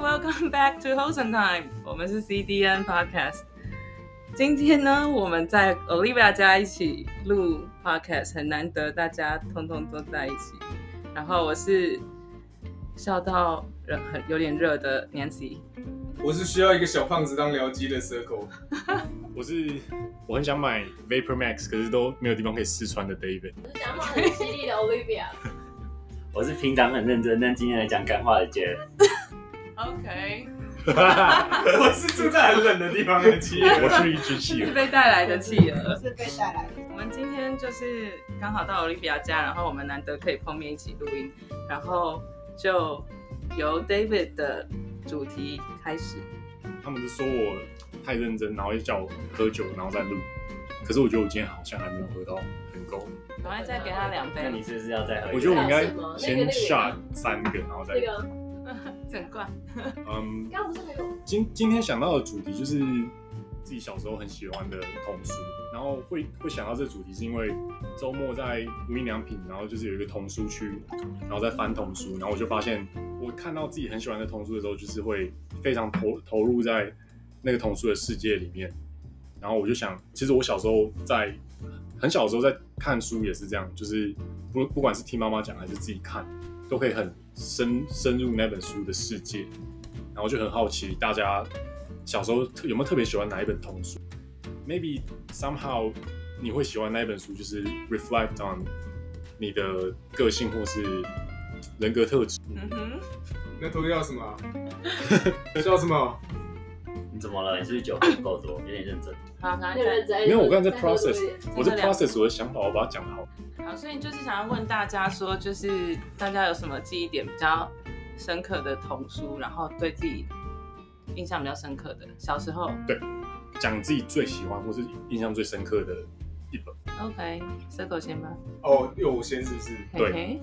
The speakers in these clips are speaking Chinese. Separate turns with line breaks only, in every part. Welcome back to Hosen Time，我们是 CDN Podcast。今天呢，我们在 Olivia 家一起录 Podcast，很难得大家通通都在一起。然后我是笑到人很有点热的 Nancy，
我是需要一个小胖子当僚机的 Circle。
我是我很想买 Vapor Max，可是都没有地方可以试穿的 David。
我是讲话很犀利的 Olivia，
我是平常很认真，但今天来讲干话的杰。
OK，
我是住在很冷的地方的企鹅。
我是一只企
是
鹅，
被带来的企鹅。
是被带来的。
我们今天就是刚好到 Olivia 家，然后我们难得可以碰面一起录音，然后就由 David 的主题开始。
他们就说我太认真，然后就叫我喝酒，然后再录。可是我觉得我今天好像还没有喝到很够，
赶快再给他两
那你
杯，
是不是要再喝一个？
我觉得我应该
那个
先
那个
shot 三个，然后再
那个
整罐。
嗯，
刚刚不是还有
今今天想到的主题就是自己小时候很喜欢的童书，然后会会想到这个主题是因为周末在无印良品，然后就是有一个童书区，然后在翻童书，然后我就发现我看到自己很喜欢的童书的时候，就是会非常投投入在那个童书的世界里面，然后我就想，其实我小时候在很小的时候在看书也是这样，就是不不管是听妈妈讲还是自己看，都可以很深深入那本书的世界。然后就很好奇大家小时候特有没有特别喜欢哪一本童书？Maybe somehow 你会喜欢那一本书，就是 reflect on 你的个性或是人格特质。
嗯哼，
那偷笑什么啊？ 笑什么？
你怎么了？你是不是酒喝不够多？有点认真。
好，赶
那
快
个人
再。
在？
没有，我刚才
刚
在
是
process，我在
再聊
process 我的想法，我把它讲好。
好，所以就是想要问大家说，就是大家有什么记忆点比较深刻的童书，然后对自己印象比较深刻的小时候。
讲自己最喜欢或是印象最深刻的一本，
OK，circle 先吧。
哦，有先是不是？
对
嘿嘿，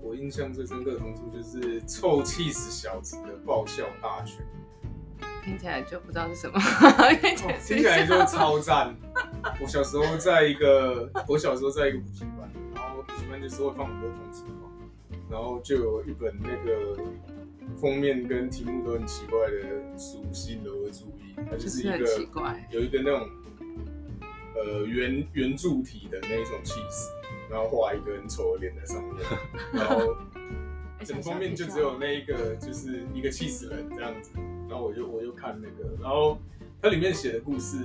我印象最深刻的童书就是《臭气死小子的爆笑大全
听起来就不知道是什么，可 以》
哦
解，释
听
一
起来就
下吗
超赞。我小时候在一个，我小时候在一个补习班，然后补习班就是会放很多童书嘛，然后就有一本那个封面跟题目都很奇怪的书吸引了我的注意，它就
就是
一
是很
个
奇怪。
有一个那种呃圆圆柱体的那一种气势，然后画一个很丑的脸在上面，然后整封面就只有那一个就是一个气死人这样子，然后我就我就看那个，然后它里面写的故事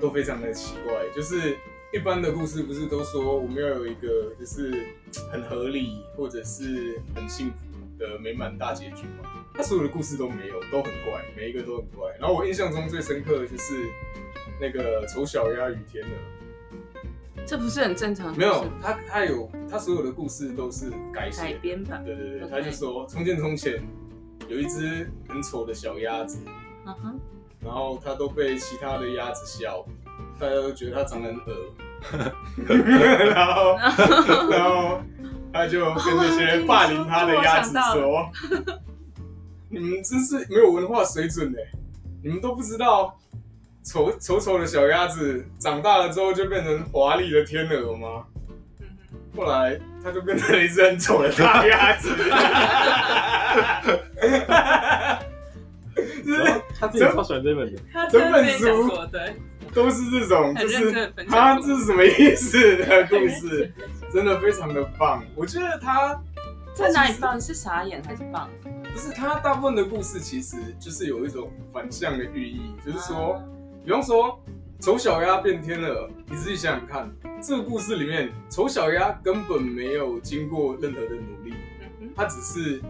都非常的奇怪，就是。一般的故事不是都说我们要有一个就是很合理或者是很幸福的美满大结局吗？他所有的故事都没有，都很怪，每一个都很怪。然后我印象中最深刻的就是那个丑小鸭与天鹅，
这不是很正常的故事？
没有他，他有他所有的故事都是改写的
改编版。
对对对，
OK
他就说从前从前有一只很丑的小鸭子，
嗯哼，
然后它都被其他的鸭子笑，大家都觉得它长得很恶， 然后然后他就跟那些霸凌他的鸭子哦说：“你们真是没有文化水准呢、欸你们都不知道丑丑丑的小鸭子长大了之后就变成华丽的天鹅吗？”嗯后来他就变成了一只很丑的大鸭子。 就是
他
自己超
喜欢 这本的。
他
真的是
讲过，对，
都是这种，
很
就
认真地
是
分享
他
故
这
事
是什么意思的故事， 真的非常的棒。我觉得他
在哪里放？你是傻眼还是棒？
不是他大部分的故事其实就是有一种反向的寓意，就是说，
啊
比方说丑小鸭变天鹅，你自己想想看，这个故事里面丑小鸭根本没有经过任何的努力，
嗯
它只是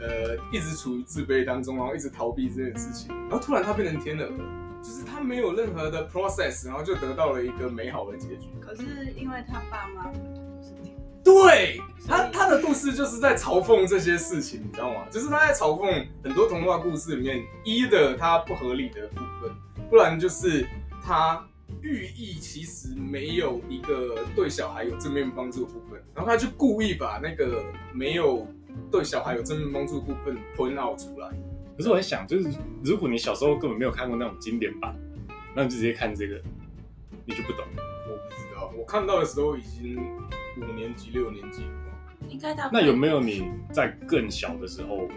呃一直处于自卑当中，然后一直逃避这件事情，然后突然它变成天鹅了，就是它没有任何的 process，然后就得到了一个美好的结局。
可是因为他爸妈
对他，他的故事就是在嘲讽这些事情，你知道吗？就是他在嘲讽很多童话故事里面一的它不合理的部分，不然就是它寓意其实没有一个对小孩有正面帮助的部分，然后他就故意把那个没有对小孩有正面帮助的部分吞out 出来。
可是我在想，就是如果你小时候根本没有看过那种经典版，那你就直接看这个，你就不懂。
我不知道，我看到的时候已经五年级、六年级了吧。
哼，应该大部
那
分
有没有你在更小的时候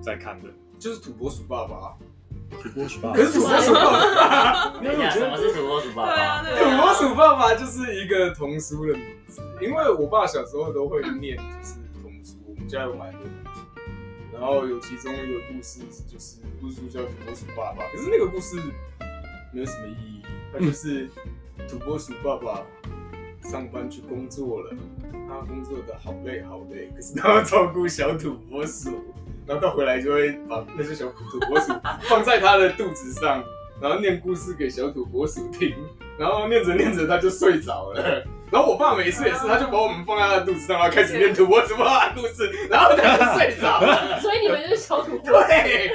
在看的？
就是土拨鼠爸爸，
土拨鼠爸爸
可。是土拨鼠爸爸，
没有，
等一
我
下，
觉
什么
得
是土拨鼠爸
对啊，
爸？
对
土拨
啊，
鼠爸爸就是一个童书的名字，因为我爸小时候都会念，就是童书，我们家有买很多童书，然后有其中一个故事就是故事书叫《土拨鼠爸爸》，可是那个故事没有什么意义，它就是土拨鼠爸爸上班去工作了，他工作的好累好累，可是他要照顾小土拨鼠，然后到回来就会把那些小土拨鼠放在他的肚子上，然后念故事给小土拨鼠听。然后念着念着他就睡着了。然后我爸每次也是，他就把我们放在他的肚子上，然后开始念土拨鼠 爸爸的故事，然后他就睡着了。
所以你们就是小土 拨 鼠。
对，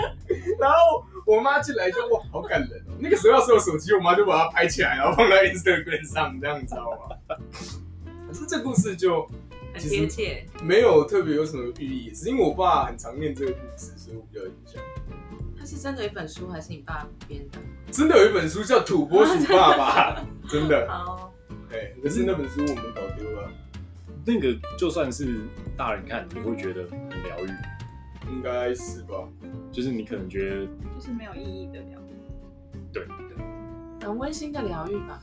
然后我妈进来就哇，好感人哦。那个时候要是有手机，我妈就把它拍起来，然后放在 Instagram 上，这样你知道吗？ 可是这故事就
很贴切。
没有特别有什么寓意，只是因为我爸很常念这个故事，所以我比较有印象。
它是真的有一本书，还是你爸编的？
真的有一本书叫《土拨鼠爸爸》， 真的。
哦，
哎，可是那本书我们啊搞丢了，
那个就算是大人看，你会觉得很疗愈，
应该是吧？
就是你可能觉得
就是没有意义的聊。
对对
很温馨的疗愈吧，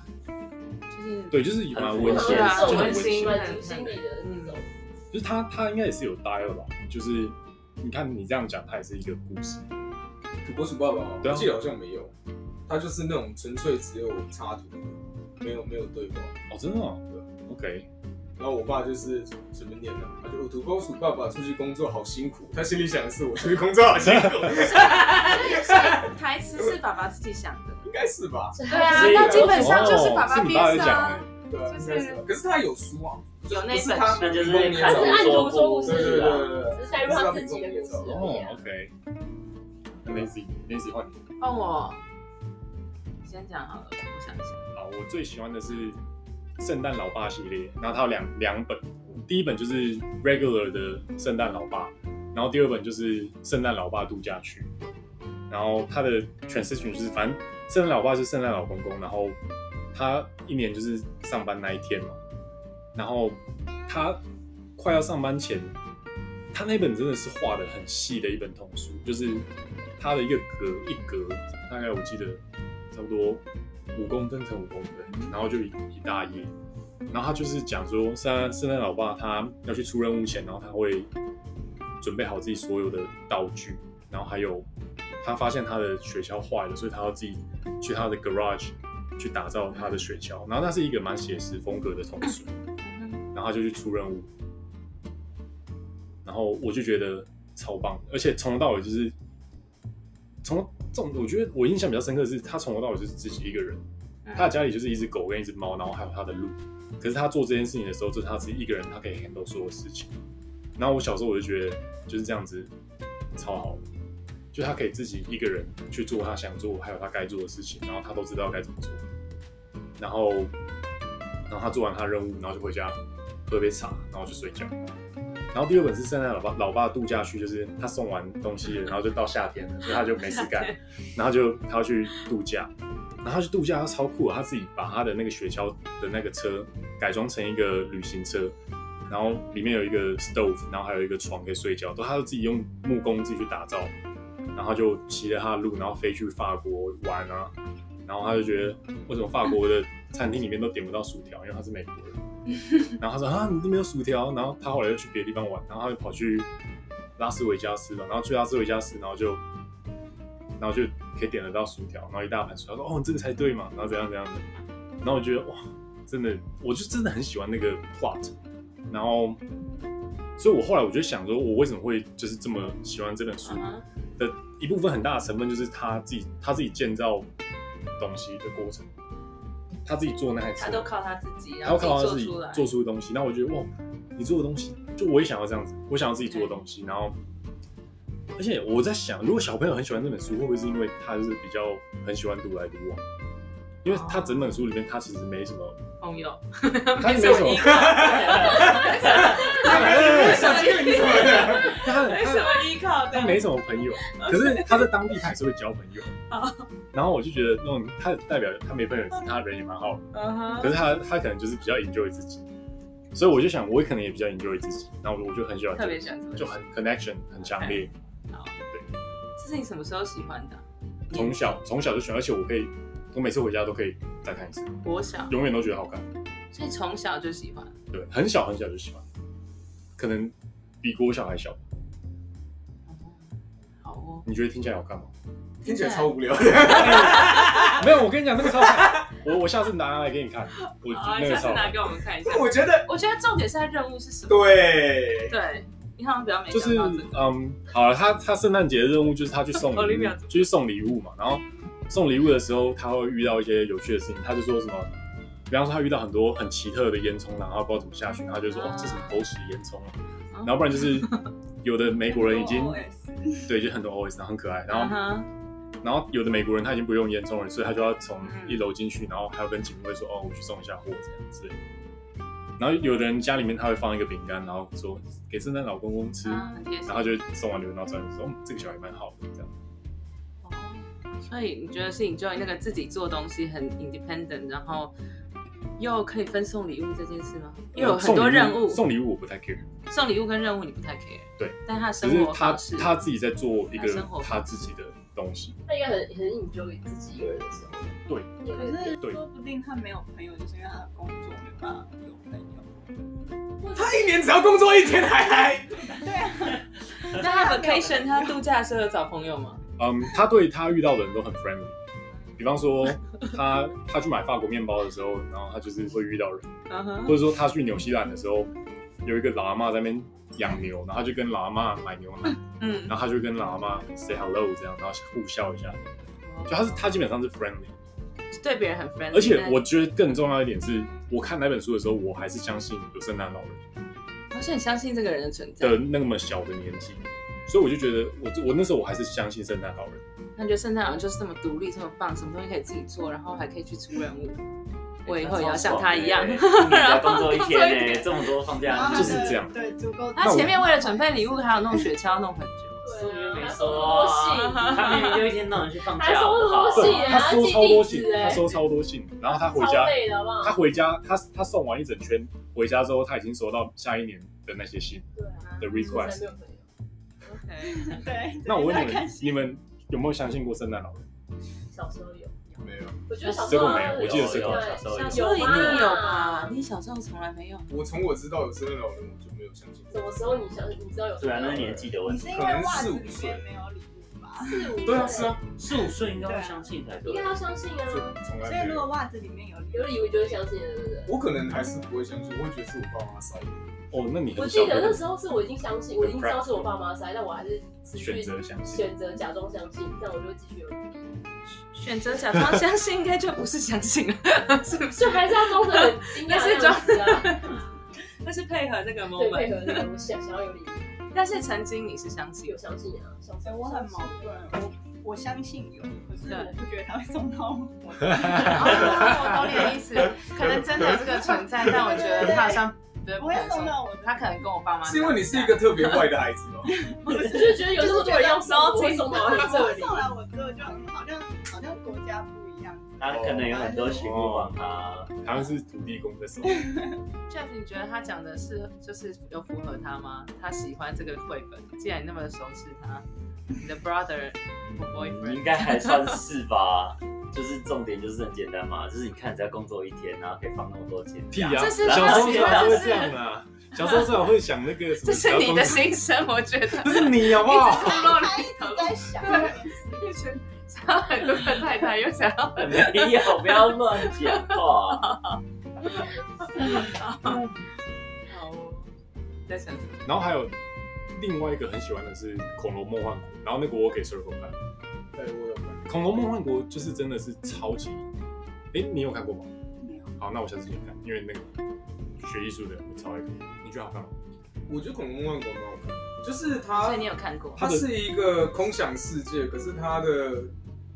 就是
对，就是也蛮温馨
对
的
啊，
就
很
很
温
温
馨
馨。
蛮读心理的那种。
就是他他应该也是有 dialogue 吧，就是你看你这样讲，他也是一个故事。
土拨鼠爸爸吗？
对啊
我记得好像没有，他就是那种纯粹只有插图，没有没有对话。
哦，真的哦，OK，
然后我爸就是随便念的、他就哦土拨鼠爸爸出去工作好辛苦，他心里想的是我出去工作好辛苦，
台词是爸爸自己想的，
应该是吧？
对
对啊，
所以
那基本上就是爸
哦
爸
是你爸在
编
讲
的啊。
对啊，
就
应
是
该是吧。可是他有书啊，
有那
不
一
是
本
他
书，
那就
提
是
供你
看
他
找
是按图说故
对对
事
对
吧，
对
只
对，
是带入他自己的故事而已
哦
啊。
，OK，那 Nancy，Nancy 换你。
哦，我先讲好了，我想一下。
啊，我最喜欢的是圣诞老爸系列，然后它有两两本，第一本就是 regular 的圣诞老爸，然后第二本就是圣诞老爸度假区，然后它的 transition 就是反正圣诞老爸是圣诞老公公，然后他一年就是上班那一天嘛，然后他快要上班前，他那本真的是画的很细的一本童书，就是他的一个格一格，大概我记得差不多五公分乘五公分，然后就一一大页，然后他就是讲说圣诞圣诞老爸他要去出任务前，然后他会准备好自己所有的道具，然后还有他发现他的雪橇坏了，所以他要自己去他的 garage 去打造他的雪橇，然后那是一个蛮写实风格的童书。
嗯
然后他就去出任务，然后我就觉得超棒，而且从头到尾就是从这种，我觉得我印象比较深刻的是他从头到尾就是自己一个人，
嗯
他的家里就是一只狗跟一只猫，然后还有他的鹿。可是他做这件事情的时候，就是他自己一个人，他可以 handle 所有事情。然后我小时候我就觉得就是这样子超好的，就他可以自己一个人去做他想做，还有他该做的事情，然后他都知道该怎么做。然后，然后他做完他的任务，然后就回家喝杯茶，然后去睡觉。然后第二本是圣诞老爸老爸度假区，就是他送完东西了，然后就到夏天了，所以他就没事干，然后就他要去度假，然后他去度假，他超酷的，他自己把他的那个雪橇的那个车改装成一个旅行车，然后里面有一个 stove，然后还有一个床可以睡觉，都他都自己用木工自己去打造，然后就骑着他的路，然后飞去法国玩啊，然后他就觉得为什么法国的餐厅里面都点不到薯条，因为他是美国人。然后他说啊，你都没有薯条。然后他后来又去别的地方玩，然后他就跑去拉斯维加斯了。然后去拉斯维加斯，然后就，然后就可以点得到薯条，然后一大盘薯条。说哦，你这个才对嘛。然后怎样怎样的。然后我觉得哇，真的，我就真的很喜欢那个 plot。然后，所以我后来我就想说，我为什么会就是这么喜欢这本
嗯
书的一部分很大的成分，就是他自己他自己建造东西的过程，他自己做那台车，
他都靠他自己，然
然后
后
看到他
自
自
己
己
做出来，
做出的东西，那我觉得哇，你做的东西，就我也想要这样子，我想要自己做的东西。然后，而且我在想，如果小朋友很喜欢这本书，会不会是因为他就是比较很喜欢独来独往？因为
哦
他整本书里面，他其实没什 么，
朋友，
他没
什么
什么
依，靠，
小这个你 怎么了？
他
没什
他
么依靠，
他没什么朋友，可是他在当地他还是会交朋友。然后我就觉得那种他代表他没朋友，他人也蛮好的。
嗯哼
可是他他可能就是比较 enjoy 自己，所以我就想我可能也比较 enjoy 自己，然后我就很喜欢这
特
个，
别喜欢这本
就很 connection 很强烈。
好
对，
这
是你什么时候喜欢的啊？
从小从小就喜欢，而且我可以，我每次回家都可以再看一次，
国小，
永远都觉得好看。
所以从小就喜欢。
对，很小很小就喜欢，可能比国小还小。
好哦，
你觉得听起来好看吗？
听起来超无聊的。
没有，我跟你讲那个超好看，我我下次拿来给你看，我
好啊，
那
下
个
次
超好
拿
看。
给我们看一下。
我觉得
我觉得重点是在任务是什么？
对，
对，你好像比较没
就是
讲到这个。哦
嗯，好了，他他圣诞节的任务就是他去送礼物
Olivia 怎，么
就是送礼物嘛。然后送礼物的时候，他会遇到一些有趣的事情。他就说什么，比方说他遇到很多很奇特的烟囱，啊然后他不知道怎么下去，然后他就说哦，这什么狗屎烟囱啊。
哦
然后不然就是有的美国人已经 对，就很多 OS，然后很可爱。然
嗯
后
哼，
然后有的美国人他已经不用烟囱了，所以他就要从
嗯
一楼进去，然后还要跟警卫说哦，我去送一下货这样之类的。然后有的人家里面他会放一个饼干，然后说给圣诞老公公吃。
啊很贴心
然后。就送完礼物，然后转说，嗯，这个小孩蛮好的，这样。
哦所以你觉得是 enjoy 那个自己做东西很 independent，然后又可以分送礼物这件事吗？又有很多
送礼
任务，
送礼物我不太 care，
送礼物跟任务你不太 care，
对，
但他的
只
生
是
活
他
方式，
他自己在做一
他
个
生活
他自己的东西。
他应该很很 enjoy 自己一个人的时候。
对，
可是
对
说不定他没有朋友，就是因为他的工作没办法有朋友。
他一年只要工作一天，还还
对啊，
那他 vacation 他度假适合找朋友吗？
嗯，他对他遇到的人都很 friendly，比方说 他他去买法国面包的时候，然后他就是会遇到人，
嗯
或
哼，
者说他去纽西兰的时候，有一个老阿妈在那边养牛，然后他就跟老阿妈买牛奶，
嗯，
然后他就跟老阿妈 say hello 这样，然后互笑一下，就他是他基本上是 friendly。
对别人很 friendly，
而且我觉得更重要一点是，我看那本书的时候，我还是相信有圣诞老人
但，而且你相信这个人的存在，
的那么小的年纪，所以我就觉得我我那时候我还是相信圣诞老人。
他觉得圣诞老人就是这么独立，这么棒，什么东西可以自己做，然后还可以去出任务。
哎
我以后也要像他一样
欸，一年才工作一天
然后工作一
呢、
天
这么多放假
然后
日
他
就是这样
对，足够。
他前面为了准备礼物，还有弄雪橇弄很久。
对啊
他收多
啊
信，
他明明就一天到晚去放
还
假，好
收
不好
那么多
对，
信
他
啊
收超多信
寄地，址欸
他收超多信，然后他回
超
家，
累的哦好不好？
他回家，他他送完一整圈，回家之后他已经收到下一年的那些信
对啊，
的
所以才没
request
有。朋 友
OK，
对，
那我问你
哎在看
们，你们有没有相信过圣诞老人？
小时候有，
没有。
我觉得小时
这
候
个没有我记得是
有
有小时候
对
有
小
像
时候一
有吗
定有吧？你小时候从来没有。
我从我知道有圣诞老人，我就没有相信。
什么时候你想你知道有？
对啊，那是年纪的问
你
题。
是因为袜子里面没有礼物吧？
四五岁
对啊，是，啊，
四五岁应该会相信才
应
对
哦
该。要相信
就
啊，
从
所以
来没
如果
有。
袜子里面有礼
有
物，
理由就会相信的，对不对？
我可能还是不会相信，我会觉得是我爸妈塞的。
哦，那你
我
很小
记得那
就
时候是我已经相信，我已经知道是我爸妈塞，但我还是持续
选择相信，
选择假装相信，这样我就继续有理由，
选择假装相信，应该就不是相信了， 是不是？
就还是要装着很 惊讶的样子啊，
那是配合那个
对，配
moment。
合那个我想想要有理由，
但是曾经你是相信
有，相信啊，小时
所以
候
我很矛盾。我我相信有，可是
对
我不觉得他会送到我。
我懂你的意思，可能真的有这个存在，但我觉得他好像
不会送到我
他可能跟我爸妈
是因为你是一个特别坏的孩子吗？
就是觉得有那么多人要送，我会送到你这里
送，来我这就好像好像国家不一样。
他可能有很多巡不往他，
好像是土地公在收。
Jeff，你觉得他讲的是就是有符合他吗？他喜欢这个绘本，既然你那么熟悉他，你的 brother 或 boyfriend，
应该还算是吧。 就是重点就是很简单嘛，就是你看你只要工作一天，然后可以放那么多天
屁啊
假
呀、，
这是
小时候
这是
最好会这样啊，小时候最好会想那个什么。
这是你的，心声，我觉得
这是你好不好？
透露
他一
里头
直
了，
在想，
想要很多个太太，又想要
哎没有，不要乱讲话。
好哦，在想什么？
然后还有另外一个很喜欢的是《恐龙梦幻国》，然后那个我给 Circle 看，
对，我有看。
《恐龙梦幻国》就是真的是超级，哎，你有看过吗？好，那我下次给你看，因为那个学艺术的人会超爱看。你觉得好看吗？
我觉得恐龙梦幻国蛮好看的，就是它
所以你有看过？
它是一个空想世界，可是它的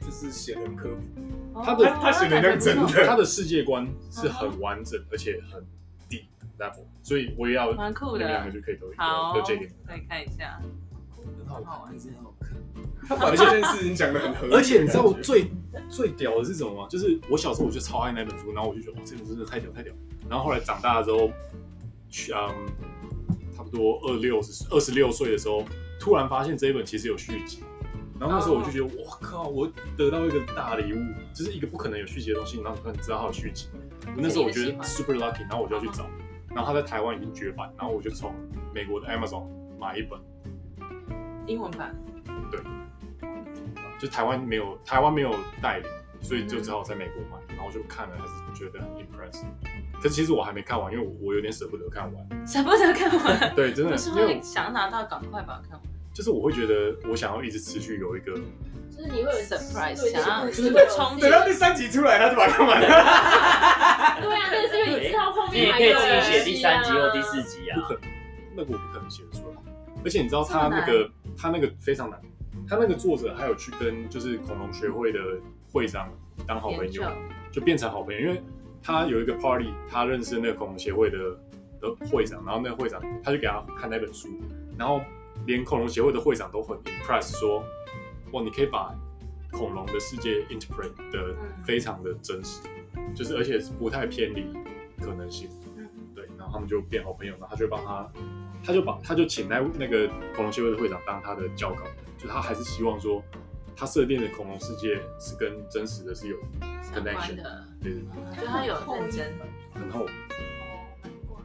就是写的科普，
他的
哦
他写的那个真的
他的世界观是很完整，而且很 deep level，所以我也要
蛮酷
你们两个
的，
就可以都
好，
都借给你们
再看一下。
很好
好玩
看，真的好看。
他把这件事情讲的很合理。
而且你知道我最最屌的是什么吗？就是我小时候我就超爱那本书，然后我就觉得哇，这本书真的太屌太屌。然后后来长大了之后，去嗯，差不多二六十二十六岁的时候，突然发现这一本其实有续集，然后那时候我就觉
哦
得，我靠，我得到一个大礼物，就是一个不可能有续集的东西，然后突然知道它有续集。
嗯
我那时候我觉
这个也喜
得
欢
super lucky，然后我就要去找，然后它在台湾已经绝版，然后我就从美国的 Amazon 买一本，
英文版，
就台湾没有台湾没有代理，所以就只好在美国买。然后我就看了，还是觉得很 impress。可其实我还没看完，因为我我有点舍不得看完。
舍不得看完，
对，真的
不，是
因为
会想拿到赶快把它看完，
就是我会觉得我想要一直持续有一个
就是你会有
Surprise，
对
想要
就是会有
冲
等到第三集出来，他就把它看完了。
对啊，那是因为你知道后
你也
面还
可以
有东
自己写
西
第三集或
啊
第四集啊
不。可能，那个我不可能写得出来。而且你知道
这
他
么难
那个他那个非常难，他那个作者还有去跟就是恐龙学会的会长当好朋
研
友
究，
就变成好朋友，因为他有一个 party，他认识那个恐龙协会的的会长，然后那个会长他就给他看那本书，然后连恐龙协会的会长都很 impress，说哇，你可以把恐龙的世界 interpret 的
嗯
非常的真实，就是而且是不太偏离可能性。
嗯
对，然后他们就变好朋友，然后他就帮他，他就把他就请来那个恐龙协会的会长当他的教稿，就他还是希望说，他设定的恐龙世界是跟真实的是有
相关
connection，
的，
对对，
就他有认真，
对很厚，
哦，难怪。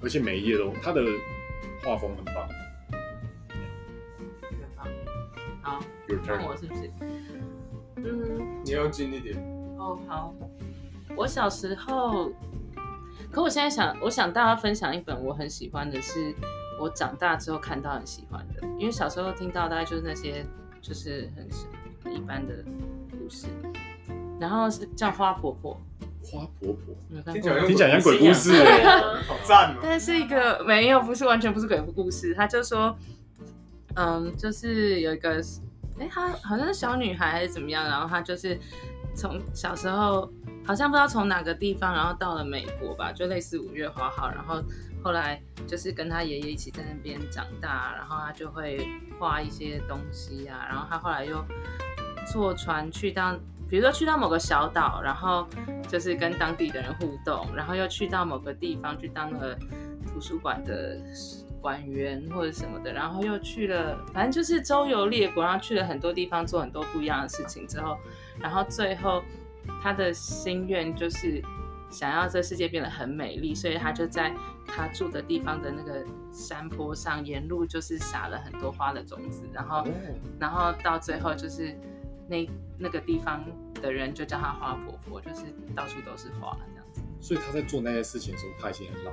而且每一页都他的画风很棒。
好，
嗯
有
看
turn，
我是不是？嗯，
你要近一点，
哦，好。我小时候，可我现在想，我想大家分享一本我很喜欢的是我长大之后看到很喜欢的，因为小时候听到大概就是那些就是很很一般的故事，然后是叫花婆婆，
花婆婆
你有看
听
过
起来
吗？
像
听起来像鬼故事
对
欸，
啊
好赞哦！
但是一个没有，不是完全不是鬼故事。他就说，嗯，就是有一个，哎，她好像是小女孩还是怎么样，然后她就是从小时候好像不知道从哪个地方，然后到了美国吧，就类似五月花号，然后后来就是跟她爷爷一起在那边长大，然后她就会画一些东西啊，然后她后来又坐船去到。比如说去到某个小岛，然后就是跟当地的人互动，然后又去到某个地方去当了图书馆的馆员或者什么的，然后又去了，反正就是周游列国，然后去了很多地方，做很多不一样的事情之后，然后最后他的心愿就是想要这世界变得很美丽，所以他就在他住的地方的那个山坡上，沿路就是撒了很多花的种子，然后
嗯
哦
然后到最后就是那那个地方的人就叫她花婆婆，就是到处都是花这样子。
所以他在做那些事情的时候，他已经很老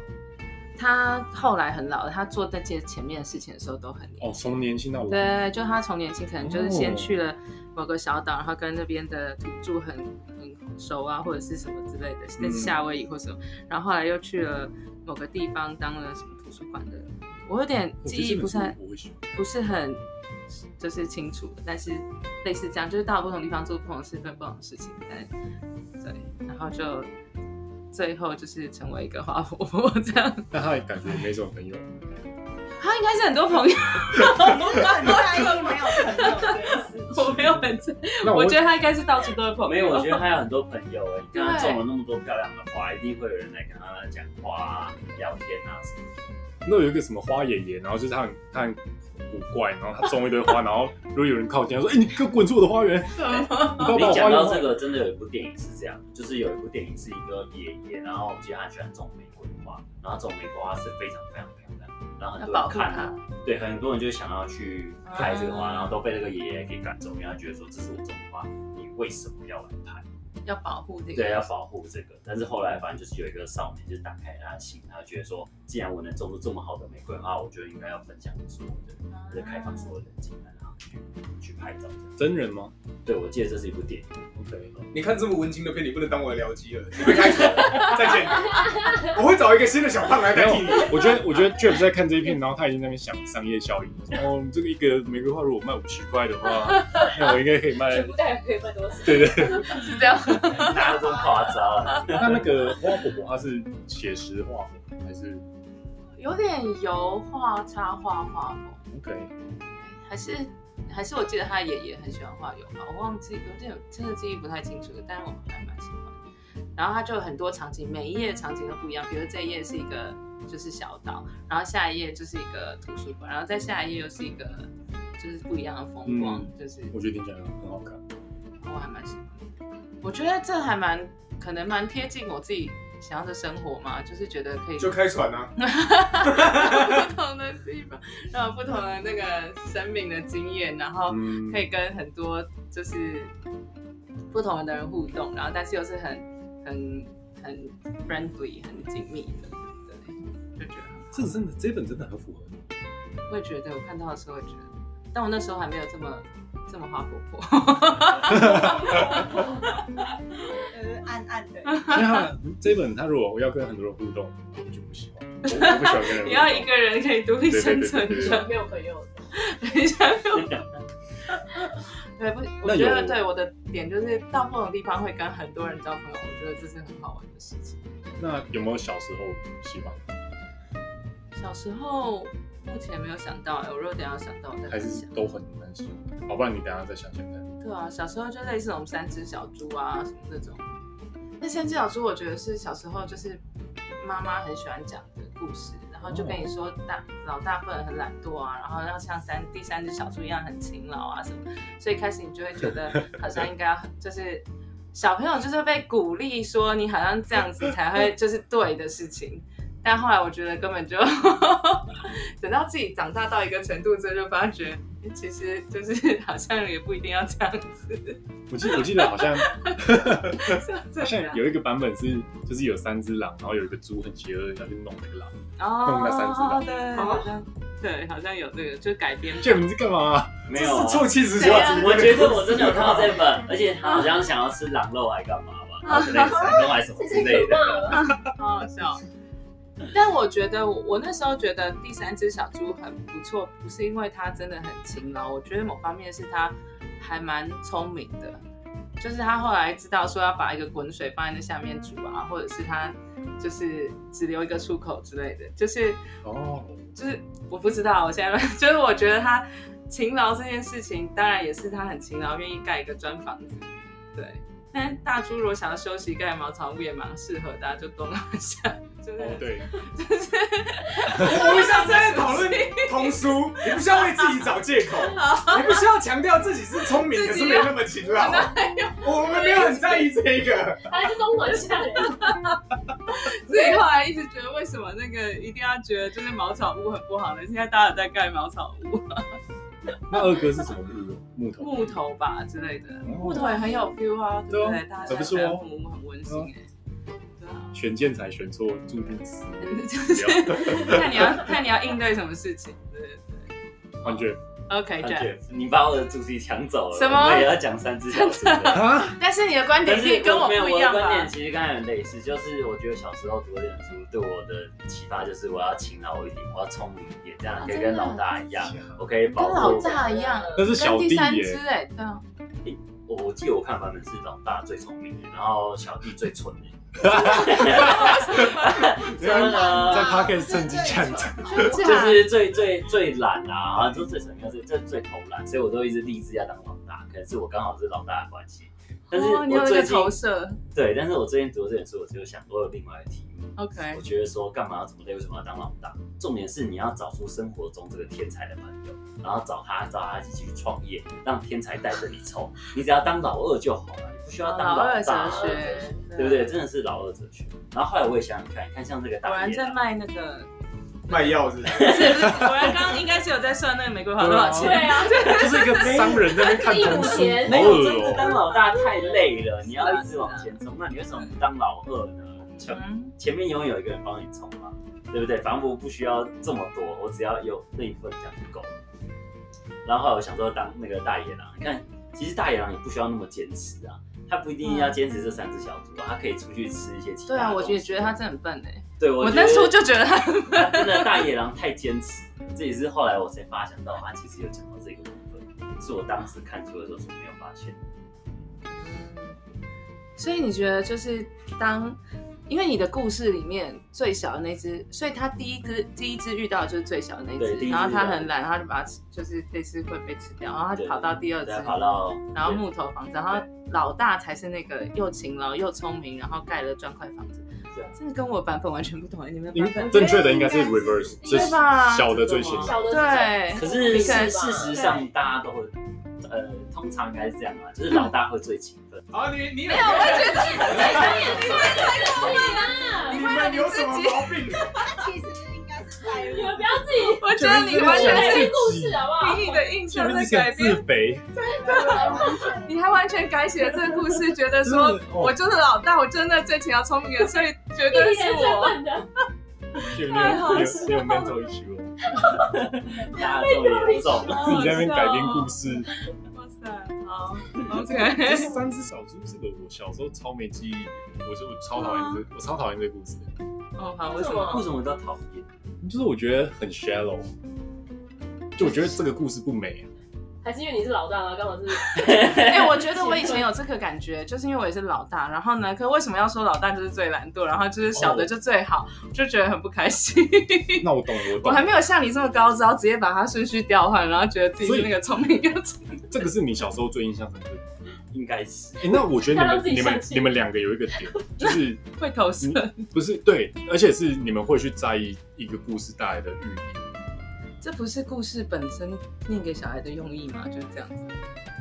她后来很老了，她做那些前面的事情的时候都很年轻。
哦，从年轻到老，
对，就她从年轻可能就是
哦
先去了某个小岛，然后跟那边的土著很很熟啊，或者是什么之类的，那
嗯
是夏威夷或什么，然后后来又去了某个地方当了什么图书馆的，我有点
我觉
记
得
忆不
哦这本
是
书我
很
不会喜欢，
不是很就是清楚，但是类似这样，就是到了不同地方做不同的事，分不同的事情，但对，然后就最后就是成为一个花婆婆 这样。
但他也感觉没什么 朋友，
他应该是很多 朋友，
我很在意没有朋友这件事情。
我没有很在，
那
我
我
觉得他应该是到处都有哦朋友。
没有，我觉得他有很多朋友哎、你看他种了那么多漂亮的花，一定会有人来跟他讲话、啊、聊天啊什么。
那有一个什么花爷爷，然后就是他很他很古怪，然后他种一堆花， 然后如果有人靠近，他说：“哎、你给我滚出我的花 园！”你
哦
不要把
你
我花
讲
园
到
坏
这个，真的有一部电影是这样，就是有一部电影是一个爷爷，然后我记得他很喜欢种玫瑰花，然后种玫瑰花是非常非常漂亮，然后很多人看
要保护啊
对，很多人就想要去拍这个花，然后都被那个爷爷给赶走，因为他觉得说这是我种的花，你为什么要来拍？
要保护这个。
对，要保护这个。但是后来反正就是有一个少年，就是打开他的心，他就觉得说，既然我能种出这么好的玫瑰花，我就应该要分享给所有的人，
啊
就是开放所有人进来，然后去去拍照。
真人吗
对，我记得这是一部电影。
？OK，
你看这么文青的片，你不能当我的僚机了，你被开除了，再 见。我会找一个新的小胖来
没
代
有
替你。，
我觉得我觉得 Jeff 在看这一片，然后他已经在那边想商业效益。哦，这个一个玫瑰花如果卖五十块的 话，那我应该可以卖
全。部代表可以卖多少？
对对，
是这样。
大家真夸张，
那那个花婆婆她是写实画风还是
有点油画插画画风，
OK？
还是还是我记得他爷爷很喜欢画油画，我忘记有点真的记忆不太清楚了，但是我还蛮喜欢。然后他就有很多场景，每一页场景都不一样，比如这一页是一个就是小岛，然后下一页就是一个图书馆，然后再下一页又是一个就是不一样的风光，
嗯
就是
我觉得听起来很好看。
我还蛮喜欢的。我觉得这还蛮可能蛮贴近我自己想要的生活嘛，就是觉得可以
就开船啊，
不同的地方，然后不同的那个生命的经验，然后
嗯
啊可以跟很多就是不同的人互动，然后但是又是很很很 friendly、很紧密的，对，就觉得很
这真的这本真的很符合你，
我也觉得，我看到的时候也觉得，但我那时候还没有这么这么花活泼。
就是暗暗的，
因为他这本他如果要跟很多人互动，我就不喜欢，我我不喜欢跟人互 动。
你要一个人可以独立生存
对对
的，
没有朋友，
等一下没有。 对，不，我
那
觉
有
得对我的点就是到不同地方会跟很多人交朋友，我觉得这是很好玩的事情。
那有没有小时候喜欢？
小时候目前没有想到，哎我如果等一下想到我再
还
分
是
享。
都很难喜欢？好，不然你等一下再想想看。
对啊，小时候就类似那种三只小猪啊什么这种。那三只小猪，我觉得是小时候就是妈妈很喜欢讲的故事，然后就跟你说大老大不能很懒惰啊，然后要像三第三只小猪一样很勤劳啊什么，所以开始你就会觉得好像应该要就是小朋友就是会被鼓励说你好像这样子才会就是对的事情，但后来我觉得根本就 等到自己长大到一个程度之后，就发觉诶 其实就是 好像也不一定要这样子。
我记我记得好像
啊
好
好
像有一个版本是，就是有三只狼，然后有一个猪很邪恶要去弄那个狼，
哦，
那三只吧
对，好像对，好像有这个，就改编。
这你是干嘛、
没有啊
这是臭气之
对
下
啊，
我觉得我真的有看到这本，而且他好像想要吃狼肉还干嘛吧，然后之类的羊肉啊还是什么之类的。
好好笑。但我觉得我我那时候觉得第三只小猪很不错，不是因为它真的很勤劳，我觉得某方面是它还蛮聪明的，就是它后来知道说要把一个滚水放在那下面煮啊，或者是它就是只留一个出口之类的，就是
哦，
就是我不知道，我现在乱 就是我觉得他勤劳这件事情，当然也是他很勤劳，愿意盖一个砖房子，对。但大猪如果想要休息盖茅草屋也蛮适合的啊、就动一下，就是、
哦对，
就是。
我们现在在讨 论通书，你不需要为自己找借口，你不需要强调自己是聪明，可是没那么勤劳。我们没有很在意这个，
他是中文下
啊
来的，
所以后来一直觉得为什么那个一定要觉得就是茅草屋很不好呢？现在大家有在盖茅草屋，
那二哥是什么木木头？
木头吧之类的，木头也很有 feel 啊，对不对？大家
很不
现
错
在盖
哦
木屋很温馨哎、对啊。
选建材选错，注定死。
就是 看你要看你要应对什么事情。对对对
幻觉
，OK，这样。
你把我的主题抢走了，
什么
我也要讲三只小猪的。
啊，
但是你的观
但
点
是
可以跟
我
我
没有
不一
的
样
观点
吧？
其实刚才很类似，就是我觉得小时候读这本书对我的启发就是我要勤劳一点，我要聪明一点，这样可以跟老大一样，我可以保护我。
那是小
跟
弟
第三只
耶，
哎，对 啊，
我我记得我看版本是老大最聪明的，然后小弟最蠢的。 真的
啊在 Pocket 趁机抢着。
这
就
样
是最最最懒啊，就最蠢，就是最最偷懒，所以我都一直立志要当老大，可能是我刚好是老大的关系。但是
哦你有
我
一
最
个
近、
投射
对，但是我最近读了这本书，我就想我有另外一个题目，
，OK
我。觉得说干嘛要这么累，为什么要当老大？重点是你要找出生活中这个天才的朋友，然后找他找他一起去创业，让天才带着你冲。你只要当老二就好了，你不需要当
老二
大
哲。学，
对不对？真的是老二哲学。然后后来我也想想看，你看像这个大
果然
业大
在卖那 个，
卖药是不是？
不是不是，果然刚刚应该是有在算那个玫瑰花多少
对
钱。
啊，
就是一个商人在那边看童书，
没
好
有，
恶
哎真的当
哦。
老大太累了，你要一直往前冲。那你为什么不当老二呢？前
嗯，
前面永远有一个人帮你冲嘛，对不对？反正我不需要这么多，我只要有那一份这样就够了。然后后来我想说当那个大野狼，你看，其实大野狼也不需要那么坚持啊，他不一定要坚持这三只小猪啊，他可以出去吃一些其他
对啊，我
东西
也觉得他，真的很笨哎，
对我
我
觉得
那时 候就觉得他
他真的大野狼太 坚持，这也是后来我才发现到，他其实有讲到这个部分，是我当时看书的时候所没有发现的。
所以你觉得就是当，因为你的故事里面最小的那只，所以他第一只第一只遇到的就是最小的那
对第
只，
一只
然后他很懒，他就把它吃，就是这次会被吃掉，然后他就
对
跑到第二只，
再跑到
然后木头房子，然后老大才是那个又勤劳又聪明，然后盖了砖块房子，
这样。
真的跟我版本完全不同，你们的
应
版本
正确的应该是
应该是
reverse，
应
这
该
是
对吧
小的最新
真
版。
的吗
小的
对，
可是
应该是
事事实上，大家都会，呃，通常应该是这样啊，就是老大会最勤奋。
啊，你你没有，我觉得
哎啊
你们有什么毛病？
其实应该是在于
你们不要自己
我觉得你完
讲
全是
一些故事好不 好？
比你的印象在
是想
改变，
肥，
你还完全改写了这个故事，觉得说
真的
我就是老大，我就是那最勤劳聪明的，所以绝对
一
是
脸
我。
笨的，
有没
太
有
好
有
笑
有 mental issue？哦
大家 都严重。
自己在那边改编故事。
哇塞， 好
这
，OK，
三只小猪是个我小时候超没记忆，我是我超讨厌这，我超讨厌这个故事。
哦好，为
为
什
什
么？
么
为什么叫讨厌？
就是我觉得很 shallow，就我觉得这个故事不美啊。
还是因为你是老大啊？刚好 是
哎、我觉得我以前有这个感觉，就是因为我也是老大，然后呢，可为什么要说老大就是最懒惰，然后就是小的就最好，就觉得很不开 心。
那我懂，我
我
懂
还，没有像你这么高招，直接把它顺序调换，然后觉得自己
所
是
以
那个聪明 又聪
这个是你小时候最印象深刻的。
应该是
哎，那我觉得你
他让
们
自己
你们
相信
你们两个有一个点，就是
会投射。
不是对，而且是你们会去在意一个故事带来的寓意。
这不是故事本身念给小孩的用意吗？就是这样子。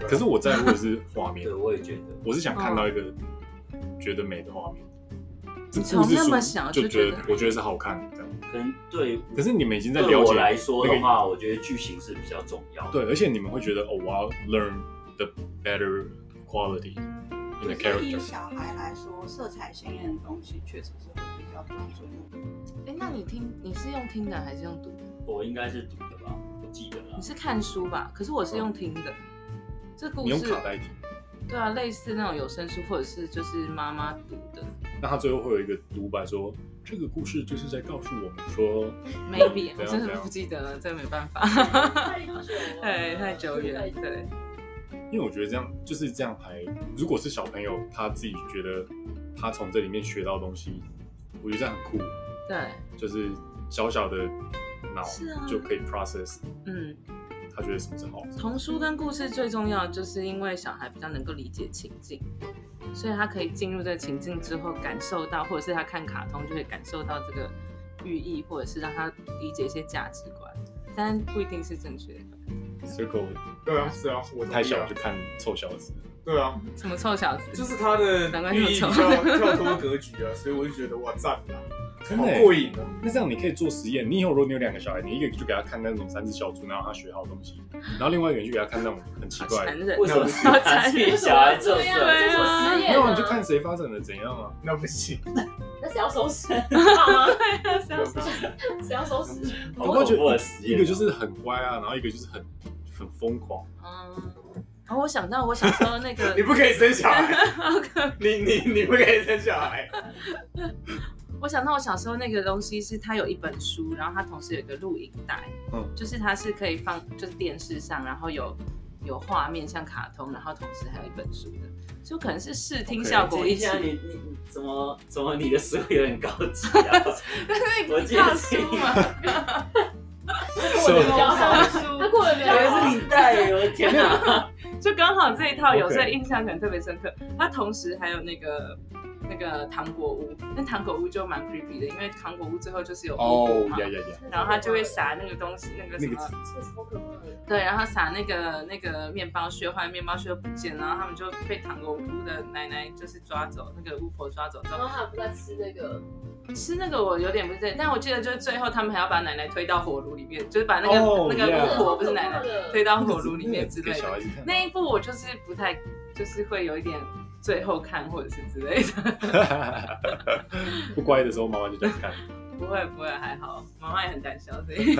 可是我在乎的是画面
啊对，，我也觉得。
我是想看到一个觉得美的画面。这
从
故事
那么
所
小就
就
觉
觉
得
得，我觉得是好看的这样。
可能对
可是你们已经在
对
了
我
解
来说
那
的
个
话，我觉得剧情是比较重要的。
对，而且你们会觉得哦，我要 learn the better quality in the
就是以
character。
小孩来说，色彩鲜艳的东西确实是会比较专注于
哎，那你听，你是用听的还是用读的？
我应该是读的吧，我记得了
你。是看书吧？可是我是用听的。这故
你用
事
卡带听，
对啊，类似那种有声书，或者是就是妈妈读 的
那他最后会有一个独白说，这个故事就是在告诉我们说，
，maybe 我
怎样
真
怎
的
样
不记得了，这没办法。
太久了，
对，太久远，对，
因为我觉得这样就是这样排。如果是小朋友他自己觉得他从这里面学到东西，我觉得这样很酷，
对，
就是小小的脑
是啊
就可以 process
嗯，
他觉得什么是好。
童书跟故事最重要，就是因为小孩比较能够理解情境，所以他可以进入这个情境之后，感受到，或者是他看卡通就会感受到这个寓意，或者是让他理解一些价值观，但不一定是正确的。
嗯
Circle
对啊，是啊，我同意啊
太小就看臭小子，
对啊，
什么臭小子？
就是他的
难怪
寓
那
意
么丑
比较跳脱格局啊，所以我就觉得哇赞啦，
真
好
的欸
过瘾啊！
那这样你可以做实验，你以后如果你有两个小孩，你一个就给他看那种三只小猪，然后他学好东西，然后另外一个就给他看那种很奇
好
怪
残
的，
忍
为，什么自己小孩这种
对啊，这是我实
没
验
有
啊，
你就看谁发展的怎样啊？
那不行，
那谁要收拾？爸妈，
那不行，
谁要收拾？
好
我觉
恐怖的
得
实
一
验哦
个就是很乖啊，然后一个就是很很疯狂，
嗯，然后我想到我小时候那个
你，不可以生小孩，你你你不可以生小孩，
我想到我小时候那个东西是，它有一本书，然后它同时有一个录影带，
嗯
就是它是可以放，就是电视上，然后有有画面像卡通，然后同时还有一本书的，就可能是视听
OK，
效果一
一
起。
下 你你你怎么怎么你的思维有点高级 啊？ 我记
大
得
叔
是
嘛，
过得比较好，他
书。
过得比较好。啊
是你带的，我的天哪！
就刚好这一套有，
OK
所以印象可能特别深刻。它同时还有那个那个糖果屋，那糖果屋就蛮 creepy 的，因为糖果屋最后就是有巫
哦
婆嘛，
呀呀呀，
然后他就会撒那个东西，那个什
那
么
个。
这超可怕的。
对，然后撒那个那个面包屑，后来面包屑又不见，然后他们就被糖果屋的奶奶就是抓走，那个巫婆抓走之
然
后，
后他不在吃那个，
吃那个我有点不对，但我记得就是最后他们还要把奶奶推到火炉里面，就是把那个、
Oh,
那个
yeah.
巫婆不是奶奶推
对，
到火炉里面之
给
类
小
的。
孩子看，
那一部我就是不太，就是会有一点最后看或者是之类的，
不乖的时候妈妈就这样看，
不会不会还好，妈妈也很胆小，所以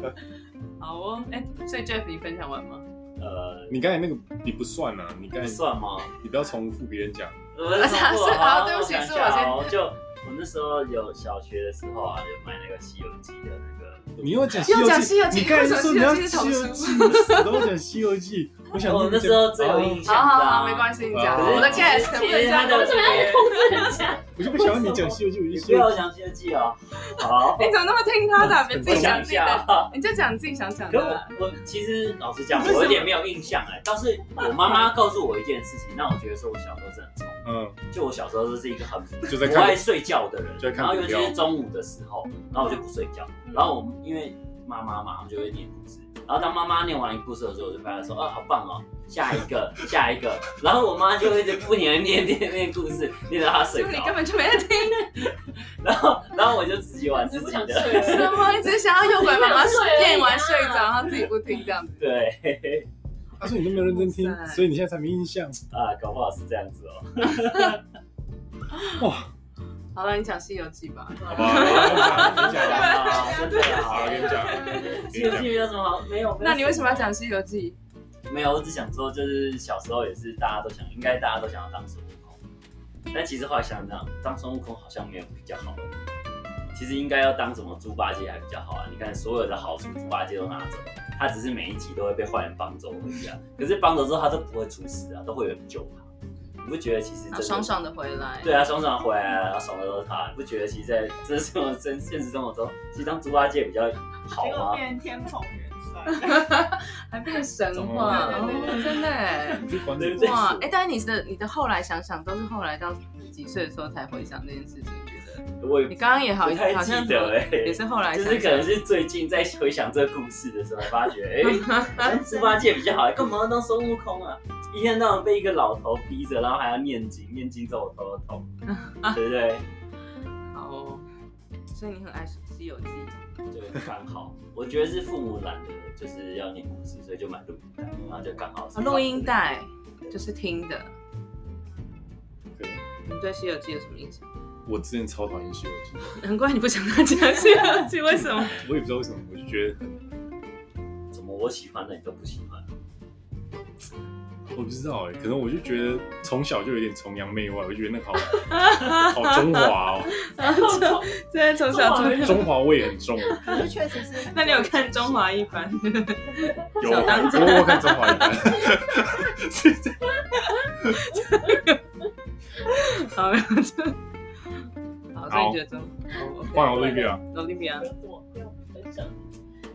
好哦，哎，所以 Jeff 你分享完吗？
呃，
你刚才那个你不算啊，你刚才
不 算吗？
你不要重复别人讲，
我在说过
啊
好，
对不起
那我
是
想
我
一下
先
哦就我那时候有小学的时候啊，有买那个《西游记》的那个。
你又讲
又讲西游记
你刚才说你要
为什么西
西游
游记
记
是，
死都讲西游记，我想
哦我那时候最有印
好
象的
好
啊，
好，没关系，你
啊
讲，
可是
我的 cast
其实他的
为什么要控制人家？
我就不想要你讲《西游记》，我就
你不
西游
要
记
讲《西游记》哦。好，
你怎么那么听他的啊？ 你
很
自己讲
想一
自己
下
的，
啊。
你就讲你自己想讲
可
的
我
啊。
我其实 老实讲，我有点没有印象哎，倒是我妈妈告诉我一件事情，让我觉得说我小时候真的很聪明。
嗯，
就我小时候就是一个很
就在
不爱
看
睡觉的人
就在，看
然后
股
尤其
票
是中午的时候，然后我就不睡觉，
嗯
然后我们因为妈妈嘛，我们就会念故事，然后当妈妈念完一故事的时候，我就发现说，哦，好棒哦，下一 个，下一个，然后我妈就会一直不停的念念念故事，念到她睡
就你
着，
根本就没在听，
然后然后我就自己玩自
只不
己
想
的，
睡了。
什 么？你只是想要诱拐妈妈
自己没有睡而已啊
练完睡着，然后自己不听这样子。
对，
他说你都没有认真听
哇，塞
所以你现在才没印象。
啊，搞不好是这样子哦，
好了，你讲《西游记》吧。
好吧，我跟你讲吧，
啊， 真的
好，
啊
我。跟你 讲，
这个剧没有什么好，没有。没有
那你为什么要讲《西游记》？
没有，我只想说，就是小时候也是大家都想，应该大家都想要当孙悟空，但其实后来想想，当孙悟空好像没有比较好。其实应该要当什么猪八戒还比较好啊！你看所有的好处，猪八戒都拿走，他只是每一集都会被坏人帮走而已啊。可是帮走之后，他都不会出事啊，都会有人救他。你不觉得其实真
啊
的
爽爽的回来。
对啊，爽爽回来了，然后爽的都是他。你不觉得其实在这是我真现实生活中，其实当猪八戒比较好
结果
吗？
变天蓬元帅，
还变神话，
怎
么
哦真的哎。
你去管理
对
哇，哎，但是你的你的后来想想，都是后来到几岁的时候才回想这件事情，觉得
我也
你刚刚也好
不太
好
记
像
得哎、
也是后来
就
想
是
想
可能是最近在回想这个故事的时候，发 觉，哎、好像猪八戒比较好，干嘛要当孙悟空啊？一天到晚被一个老头逼着，然后还要念经，念经之后我头都 痛，对不对？
好哦，所以你很爱《西游记》。
就刚好，我觉得是父母懒得就是要念故事，所以就买录音带，然后就刚好是
啊，录音带就是听的。
对
你对《西游记》有什么印象？
我之前超讨厌《西游记
难怪你不想跟他讲《西游记》，为什么？》，
我也不知道为什么，我就觉得
怎么我喜欢的你都不喜欢，
我不知道哎、可能我就觉得从小就有点崇洋媚外，我就觉得那个好好中华哦、
真的从小
中
就
中华味很重。
可是确实是。
那你有看《中华一番》
有，我我看中华一番，
好，没有就好，所以你觉得中哦
换我这个啊，
Olivia
我没有分享。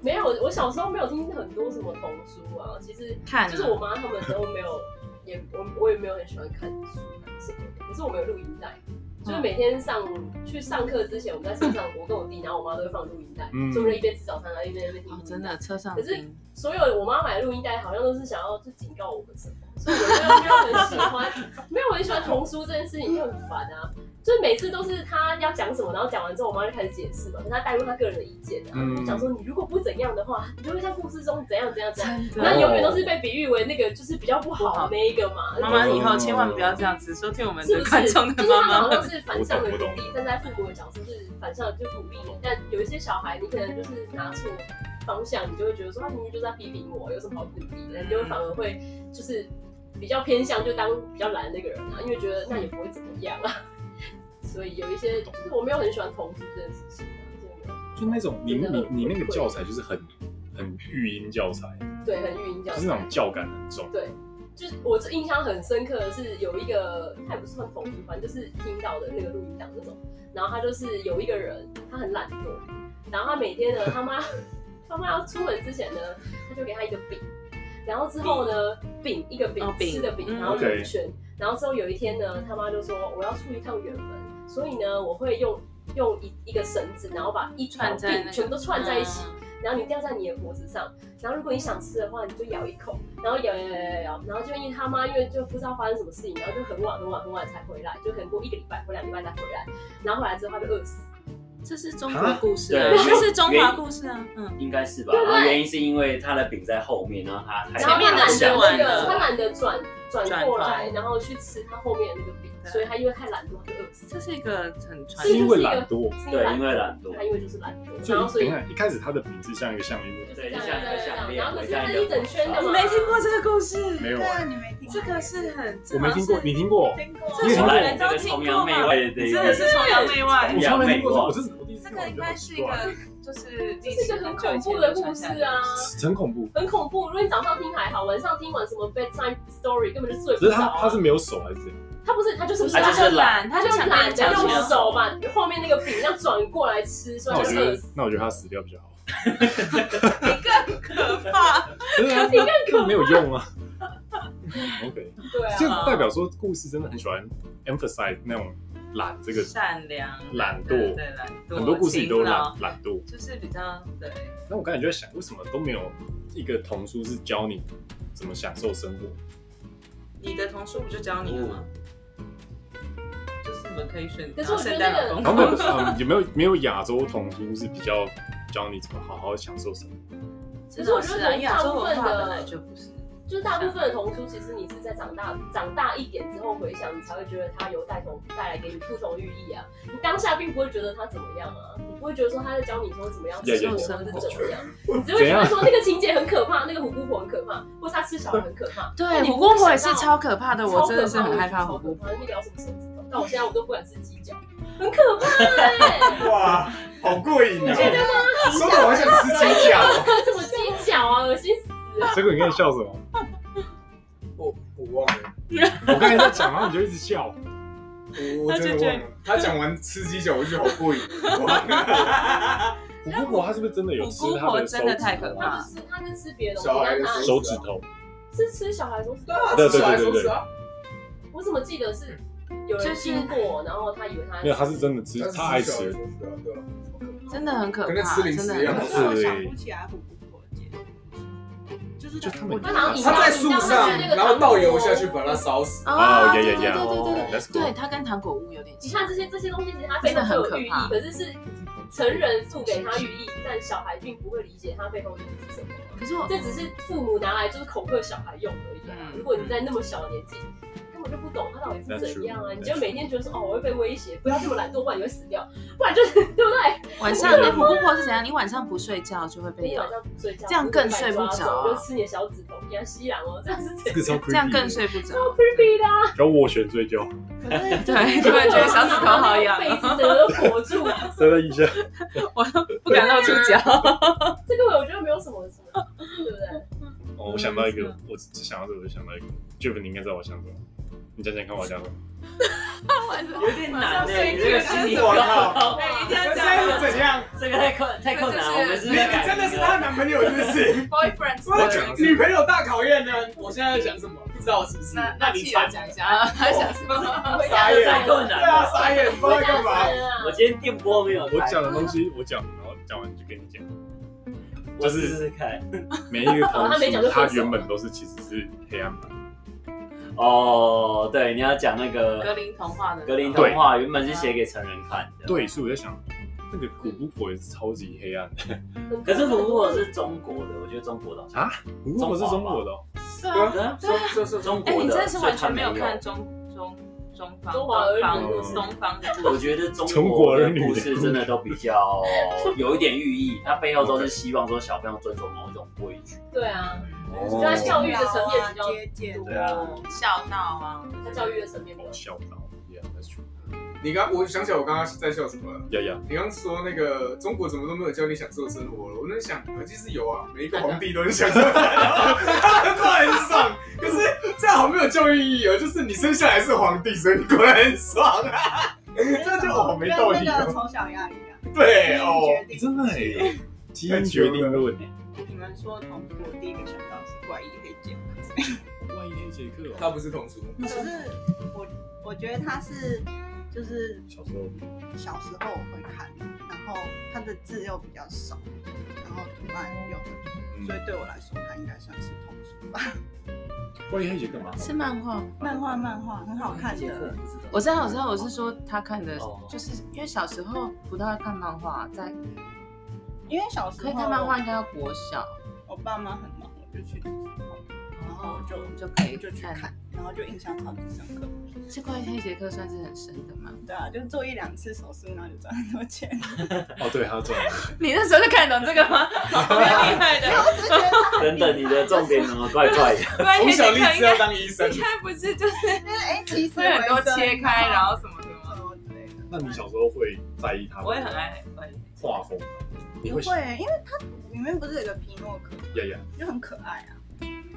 没有，我小时候没有听很多什么童书啊，其实
看
就是我
了，
妈他们都没有，也我我也没有很喜欢看书啊什么的，可是我们有录音带，就是
嗯
每天上去上课之前，我们在车上，我跟我弟，然后我妈都会放录音带，
嗯
所以我们就一边吃早餐，然后一边一边听录
哦
音带。
真的车上
可是
听
所有我妈买的录音带好像都是想要就警告我们什么，所以我没有没有很喜欢，没有很喜欢童书这件事情，就很烦啊。 就是每次都是她要讲什么，然后讲完之后，我妈就开始解释嘛，可是她带入她个人的意见啊，
嗯
讲说你如果不怎样的话，你就会像故事中怎样怎样怎样。
真
那
的。
永远都是被比喻为那个就是比较不好的那一个嘛，
妈妈以后千万不要这样子，只收听我们
是
的
不
观
是？
众的
就是
妈
他们
妈
好像
们。
是反向的
我
鼓
懂我
励，站在父母的角色是反向的就鼓励你，但有一些小孩你可能就是拿错方向，你就会觉得说他明明就在批评我，有什么好鼓励的？你就会反而会就是比较偏向就当比较懒的那个人啊，因为觉得那也不会怎么样 啊。所以有一些就是我没有很喜欢同事这件事情啊，所以我没有
就那种你你你那个教材就是很很育音教材，
对很语音教
就是那种教感很重。
就是我这印象很深刻的是有一个，他也不是算同事，反正就是听到的那个录音档那种。然后他就是有一个人，他很懒惰，然后他每天呢，他妈他妈要出门之前呢，他就给他一个饼，然后之后呢，饼一个饼、
哦饼
吃的饼，
嗯
然后圆
OK
圈。然后之后有一天呢，他妈就说我要出一趟远门，所以呢，我会用用一一个绳子，然后把一
串
串
在那
饼
个
全部都串在一起。
嗯
然后你吊在你的脖子上，然后如果你想吃的话，你就咬一口，然后咬咬咬咬咬，然后就因为他妈因为就不知道发生什么事情，然后就很晚很晚很晚才回来，就可能过一个礼拜或两个礼拜才回来，然后回来之后他就饿死。
这是中国故事啊，
啊对
这是中华故事啊，嗯，
应该是吧？
对不对
然后原因是因为他的饼在后哎面，然后他他
然后
前面
他
的
懒
吃
得
完
那个，
了
他懒得转转
转
过来，
头
然后去吃他后面的那个饼，
对
所以他因为太懒惰他就饿死。
这是一个很传
这
是
统
就
因
是
为
一个
懒惰
是
对因为懒惰
他因为就是懒惰，
所
然后
以
所
等
以
一下，一开始它的饼是像一个橡皮木，
就是这样
对
这
像
样这
一
样这
个橡皮
样，然后可是
像
它是
一个
一整圈的
你
嘛，
没听过这个故事，
没有
对啊，
啊，
你没听过。
这个是很，
我没听过，你听过？
听过。
这是
我
我
来
们
这
都
个
听
崇
过
洋媚
吗？
外的这
你
一
真的
个，
是崇洋媚外
我
我。
从
从来
来没
没
听
听
过
过，我
这个
是我第一次
这
听
个
过，
应该是一
啊
个，就是
这
历
是一
史
个很
很久以
恐
前
怖
的
的
故
故
事
事
啊。
啊。
很恐怖。
很恐怖。如果你早上听还好，晚上听完什么 bedtime story 根本就睡
可
不
是
着
它
啊。
它是没有手还是怎样？
他不是他就是
他
懒，
就是懒
懒，他就
就
想跟
懒
你
得
讲
用
什么？
手把后面那个饼这样转过来吃，所以
那我
他
觉
就饿
得
死。
那我觉得它死掉比较好。
你更可怕。
可是它它没有用啊，啊 OK，
对啊，
就代表说故事真的很喜欢 emphasize 那种懒这个
善良、
懒
对
惰
对懒惰，
很多故事里都有
勤劳
懒懒惰。
就是比较对，
那我刚才就在想，为什么都没有一个童书是教你怎么享受生活？
你的童书不就教你了吗？就是你们可以选，
可是我觉得
然后圣诞老公
然后没有、嗯、有没有没有亚洲童书是比较教你怎么好好享受生活？
其实我觉得啊亚洲文化本来就不是，
就是大部分的童书，其实你是在长大长大一点之后回想，你才会觉得它有带同带来给你不同寓意啊。你当下并不会觉得它怎么样啊，你不会觉得说他在教你说怎么样
Yeah,
吃
yeah,
火
yeah.
或者怎么样，你只会觉得说那个情节很可怕，那个虎姑婆很可怕，或是他吃小孩很可怕。
对，
哦你不
火锅婆也
会
是
想到
超可怕的，我真的是很害怕
超
火
可
锅
怕那边聊什么手指头，但我现在我都不敢吃鸡脚，很可怕哎、
哇，好过瘾啊！
你觉得
说的我好想吃鸡脚。
欸，什么鸡脚啊，恶心死了。
这个你看笑什么？
我我忘了，
我刚才在讲，然后你就一直笑。
我我真的忘了。他讲完吃鸡脚，我就觉得好 过瘾。忘了
虎姑婆她是不是真的有吃
虎姑
她
婆
的手
真的太可
指
怕
头？
他是吃，他是吃别的东西，
小孩
但
的
他
手
手指头，
是吃小孩东西。
对对对对对
手指啊
我怎么记得是有人经过，然后他以为他
没有，她是真的吃，她爱
手指
吃。
啊对啊
真的很可
跟那
怕，
吃零
真的
食一样
很
可
可
是我想不起来虎姑婆节，就是
就他们
我
他好像引
他在
到
树
引到
上
他去那，个
然后
糖
倒
果
油下去把它烧死。
怕。
哦
对
，yeah
对对
yeah
对
yeah，
对对，
that's
对
cool。
它跟糖果屋有点
你
像
看。这些这些东西，其实它背后都有寓意，可是是成人赋给他寓意，但小孩并不会理解它背后的意义是什么。
可是我
这只是父母拿来就是恐吓小孩用而已啊。
嗯
如果你在那么小的年纪，根本就不懂它到底是怎样啊，
That's true.
你就每天觉得说哦，我会被威胁，不要这么懒惰，不然你会死掉，不然就是 对不对？
晚上你虎姑婆是怎样？你晚上不睡觉就会被
你
咬
晚，上不睡觉，
这样更睡不着啊
我就把你抓走我就吃你的小指头，你要吸狼哦，这样是怎
这个
样？
超 creepy，
这样更睡不着。
超 creepy 的啊。
然后我选睡觉，
对，突然觉得小指头好痒啊
被，子整个都裹住。
塞在腋下。
我都不敢露出脚。
这个我觉得没有什么什么，对不对？
哦，我想到一个，我只想到这个，我就想到一个。Jeff，你应该知道我想什么，你讲讲看我讲什么。
有点难的，
对
你这个心理
我靠！
对，一定要
这
这
样
样
是怎样？
这个太困太困难了，我们是
你
不是要改
真的是她男朋友是不是？
，boyfriend，
啊我女朋友大考验呢。我现在在想什么？不知道是不是？
那
那
那
你
你讲一下， 还想什么？
回
傻
家
这
眼，
太困难
对啊，
了。
傻眼，不知道
回
在
家
干嘛。
算了啊
我今天电波没有开，
我讲的东西我讲，然后讲完就跟你讲。
我试试看。
每一个
哦
童
他没讲就
书，
分
它
手了
原本都是其实是黑暗版，
哦，对，你要讲那
格
个
林童话的
格林童话，原本是写给成人看的。，
对，所以我在想，那个古姑婆也是超级黑暗的。
可是如果是中国的，我觉得中国的好像
古姑婆是中国的哦，
对
对
啊
啊，说说说
中
哎，
国
你真
的，
的是
所
完
以它
全没
没
有看。中中中方
中华儿女
方
故事
东方的故事
我觉得中
中国
国
儿
的
女
故事真的都比较有一点寓意，它背后都是希望说小朋友遵守某一种规矩。
对啊，
哦
就他教育的层面比较
接近，
对啊，
孝道啊，
他教育的层面比较
好。笑到，Yeah that's true，
你刚，我想起来我刚刚在笑什么了。
呀呀，
你刚说那个中国怎么都没有教你享受生活了，我在想，其实有啊，每一个皇帝都是享受生活，过得很爽。可是这样好没有教育意义哦，就是你生下来是皇帝，所以你过得很爽啊， 这就好没道
跟
理
那个
哦。
丑小鸭一样，
对哦，
基因决定
真的耶， 基因决定论，
你们说同步，我第一个想到是怪异黑杰克，
万一黑杰克
他
哦，
不是童书，
可是我我觉得他是就是
小时候
小时候我会看，然后他的字又比较少，然后图案又
嗯
很多，所以对我来说它应该算是童书吧。
万一黑杰克嘛，
是漫画。
漫画漫画很好看的，
我知道，我知道，我是说他看的
哦，
就是因为小时候不大看漫画，在
因为小时
可
候
以看漫画应该要国小，
我爸妈很忙，我就去图书馆，然后我就
就可以
就去看，然后就印象超级深刻。
这块黑杰克算是很深的嘛？
对啊，就做一两次手术，然后就赚很多钱。
哦对，他赚了，
你那时候就看懂这个吗？好厉害的，
等等， 你的重点怎么怪怪的？
不然
从
黑
小
杰
立
克
志
应
要
该
当医生，
应该不是就是
哎，其实
会很多切开然后什么的吗？
啊什么之类的。
那你小时候会在意他？
我也很。爱怪异
画风，你
也
会
会
呀，
因为它里面不是有一个皮诺可，
呀，
就很可爱啊，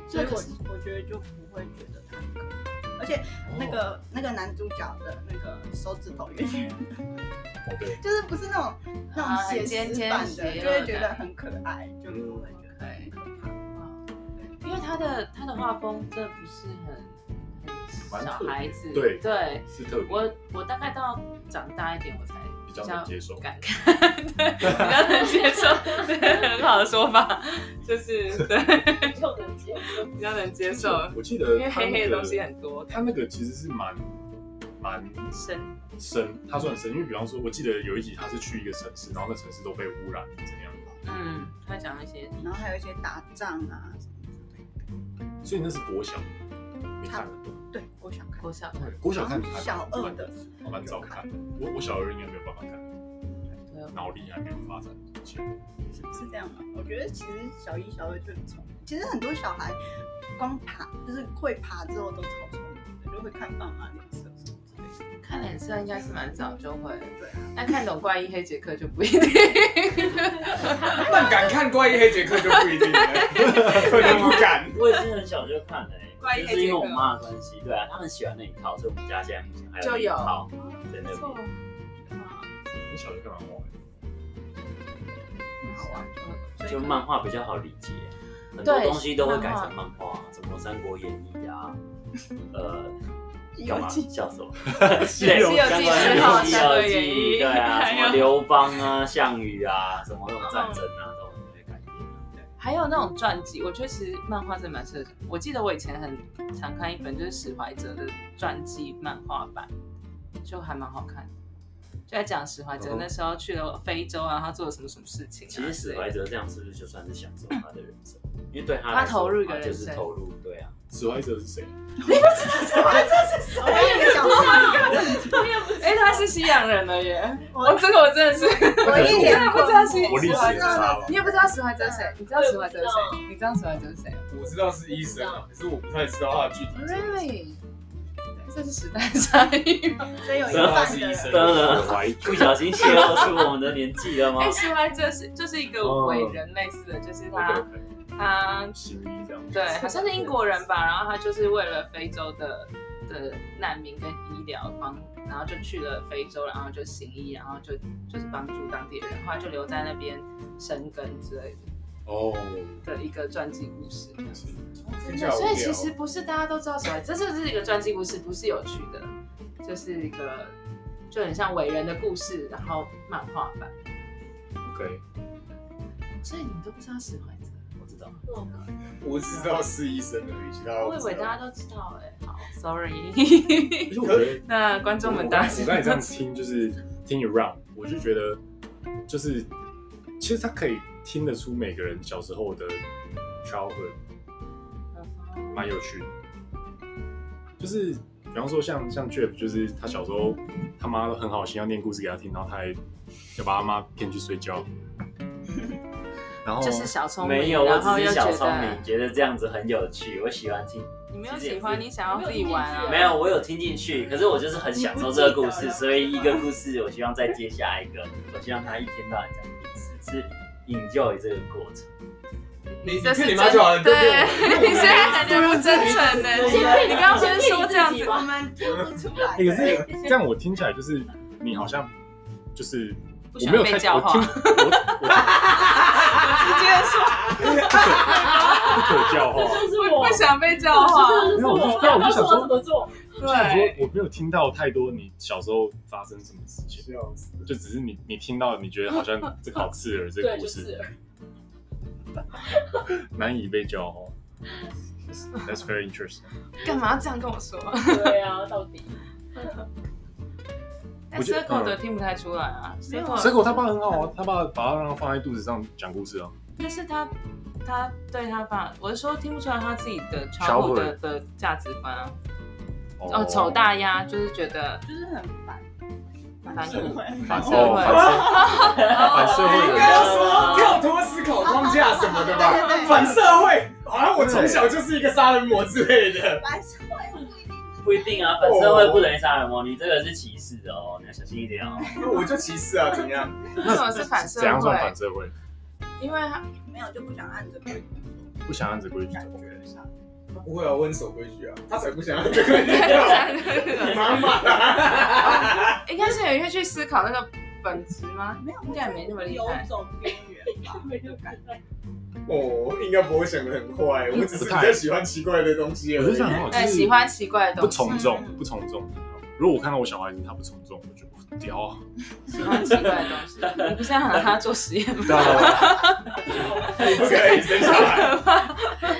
所
对
以
可是
我我觉得就不会觉得它很可爱。而且那个、那个男主角的那个手指头圆圆，
哦对，
就是不是那种那种写实版
啊很尖尖
的，
斜
就会觉得很可爱，就不会觉得
对
很可怕。
因为他的他的画风真的不是很很
蛮
小
特别
孩子，
对
对，
是特别
我我大概到长大一点我才
比较能接受
敢看，对，比较能接受，对，很好的说法，就是对，
就能接受。
比较能接受，
我记
因
得
为
他
黑黑
那
的东西
个
很多，
他那个其实是蛮蛮
深
深，他说很深，因为比方说，我记得有一集他是去一个城市，然后那城市都被污染怎样，
嗯，他讲一些
然后还有一些打仗啊什么之类
所以那是国小没看得懂，
的。对，我想看。
我想看，
国小看
好像小二的时
还
候
蛮早看的，我我小二应该没有办法看，
对啊，
脑力还没有发展前，
是是这样吗？我觉得其实小一、小二就很聪明。其实很多小孩光爬就是会爬之后都超聪明的，就会看爸妈脸色什么之类的。
看脸色应该是蛮早就会，
对啊，
但看懂怪医黑杰克就不一定，
但敢看怪异黑杰克就不一定了，可能不敢。
我也是很小就看了、
怪
欸，
异
就
黑
是因为
杰
我
克
妈的关系，对啊，她很喜欢那一套，所以我们家现在目前还有
就
那一
有
套在那
没错
里。
很小就干嘛画？
很好玩。
就漫画比较好理解，很多
对
东西都会改
漫画
成漫画，什么《三国演义》啊， 呃，干
有
嘛
记
笑死我？
西
啊
游记
相
之后
关的西
三国
游
演义
记，对啊，
还
什
有嗯
么刘邦啊、项羽啊，什么那种战争啊，都会改编啊。
还有那种传记，我觉得其实漫画真的蛮适合。我记得我以前很常看一本就是史怀哲的传记漫画版，就还蛮好看的，就在讲史怀哲
嗯
那时候去了非洲啊，他做了什么什么事情、啊。
其实史怀，哲这样是不是就算是享受他的人生？因为对他
他投入一个
来说
人
就是
生
投入，对啊，
史怀哲是谁？
我也想看，
哎、他是西洋人了耶！我这个我真的是，
我一
真的
点
不知道是
我
史
历史
怀
很
哲。
差哦。
你也不知道史怀哲谁？你知道史怀哲
我也不知
谁？你知道史怀哲是谁
我知道是医生啊，可是我不太知道他的具体状况。
？Really？这是时代差异吗？
所以有一
知道
啊
他
半
是
的
医
人
生，
了，
怀哲
不小心泄露出我们的年纪了吗
哎、？史怀哲是就是一个伟人类似的，就是他
，OK，
他
行医这样。
对，好像是英国人吧，然后他就是为了非洲的的难民跟医疗帮，然后就去了非洲，然后就行医，然后就就是帮助当地人，后来就留在那边生根之类
哦，
的的一个传记故事。
是
听起来好无
所
聊
以其实不是大家都知道什么，这就是一个传记故事，不是有趣的，就是一个就很像伟人的故事，然后漫画版。
OK，
所以你们都不知道史怀哲，
我知道，
哇
我只知道是医生而已，其他
我以
不
为
知道
大家都知道哎、好，sorry。
而且我觉得
那观众们
我
当然
刚我
是
刚才这样听，就是听 around，我就觉得，就是其实他可以听得出每个人小时候的 childhood，蛮
嗯
有趣的。就是比方说像像 Jeff，就是他小时候他妈都很好心要念故事给他听，然后他还要把他妈骗去睡 觉，然后
就是小聪明，
哦没有，我
然
只
后又
是小
觉
聪
得
明，觉得这样子很有趣，我喜欢听。
你没有
其实也
喜欢，
是
你想要自己玩啊？
没有，我有听进去，可是我就是很享受这个故事，所以一个故事，我希望再接下一个，我希望他一天到晚讲故事，是 enjoy 这个过程。
你
这
这
是
是你
真
妈就好了，你不用
对，你现在感觉不真诚呢。
对
你刚刚不是说这样子
我
吗？
们听不出来。
欸可是这样我听起来就是你好像就是
不喜欢
我没有
被
太
教
我
化
听我我
直接说
不可教化。
这就是
我
我
不，想被教化。
这就
没
是
有我就
我，
对啊我就
告
想
诉
说
我怎么做。
对，
我我没有听到太多你小时候发生什么事情，
啊
笑死
就只是你你听到你觉得好像这个好刺耳，这个
对，
故
就
事
啊
是
难以被教化。That's very interesting。
干嘛要这样跟我说？
对啊，到底
但 circle
嗯
的听不太出来啊。
没有
Circle-
蛇狗他爸很好啊，他爸把他让他放在肚子上讲故事啊。
但是他他对他爸，我是说听不出来他自己的
小
超
伙
乎的的价值观啊。哦，丑大鸭就是觉得
就是很烦，
反
社会，
反
社
社
会哦
会，反社
应
会
该要说跳脱思考框架什么的 吧
对对对，
反社会，好像我从小就是一个杀人魔之类的。
反社会不一定
不一定啊，反社会不能杀人魔，你这个是歧视的哦，你要小心一 点哦。
那我就歧视啊，怎样？
为什么是反社
怎样算
会
反？社会？
因为他
没有就不想按着规矩
不想按着规矩
感
走。
觉上。
不会啊，我很守规矩啊，他才不想要 这个规矩啊。妈妈，
应该是有人会去思考那个本职吗？
没有，
应该没那么厉
有
害。
走边缘吧，没有感觉。
哦，应该不会想的很快，我只是比较喜欢奇怪的东西而
我就想
已。
很好，
哎，
就是
喜欢奇怪的
不
东西，
从众
嗯，
不从众。如果我看到我小孩子他不从众，我就哇 屌啊！
喜欢奇怪的东西。你不是要拿它做实验吗？
对啊，
不可以生小孩，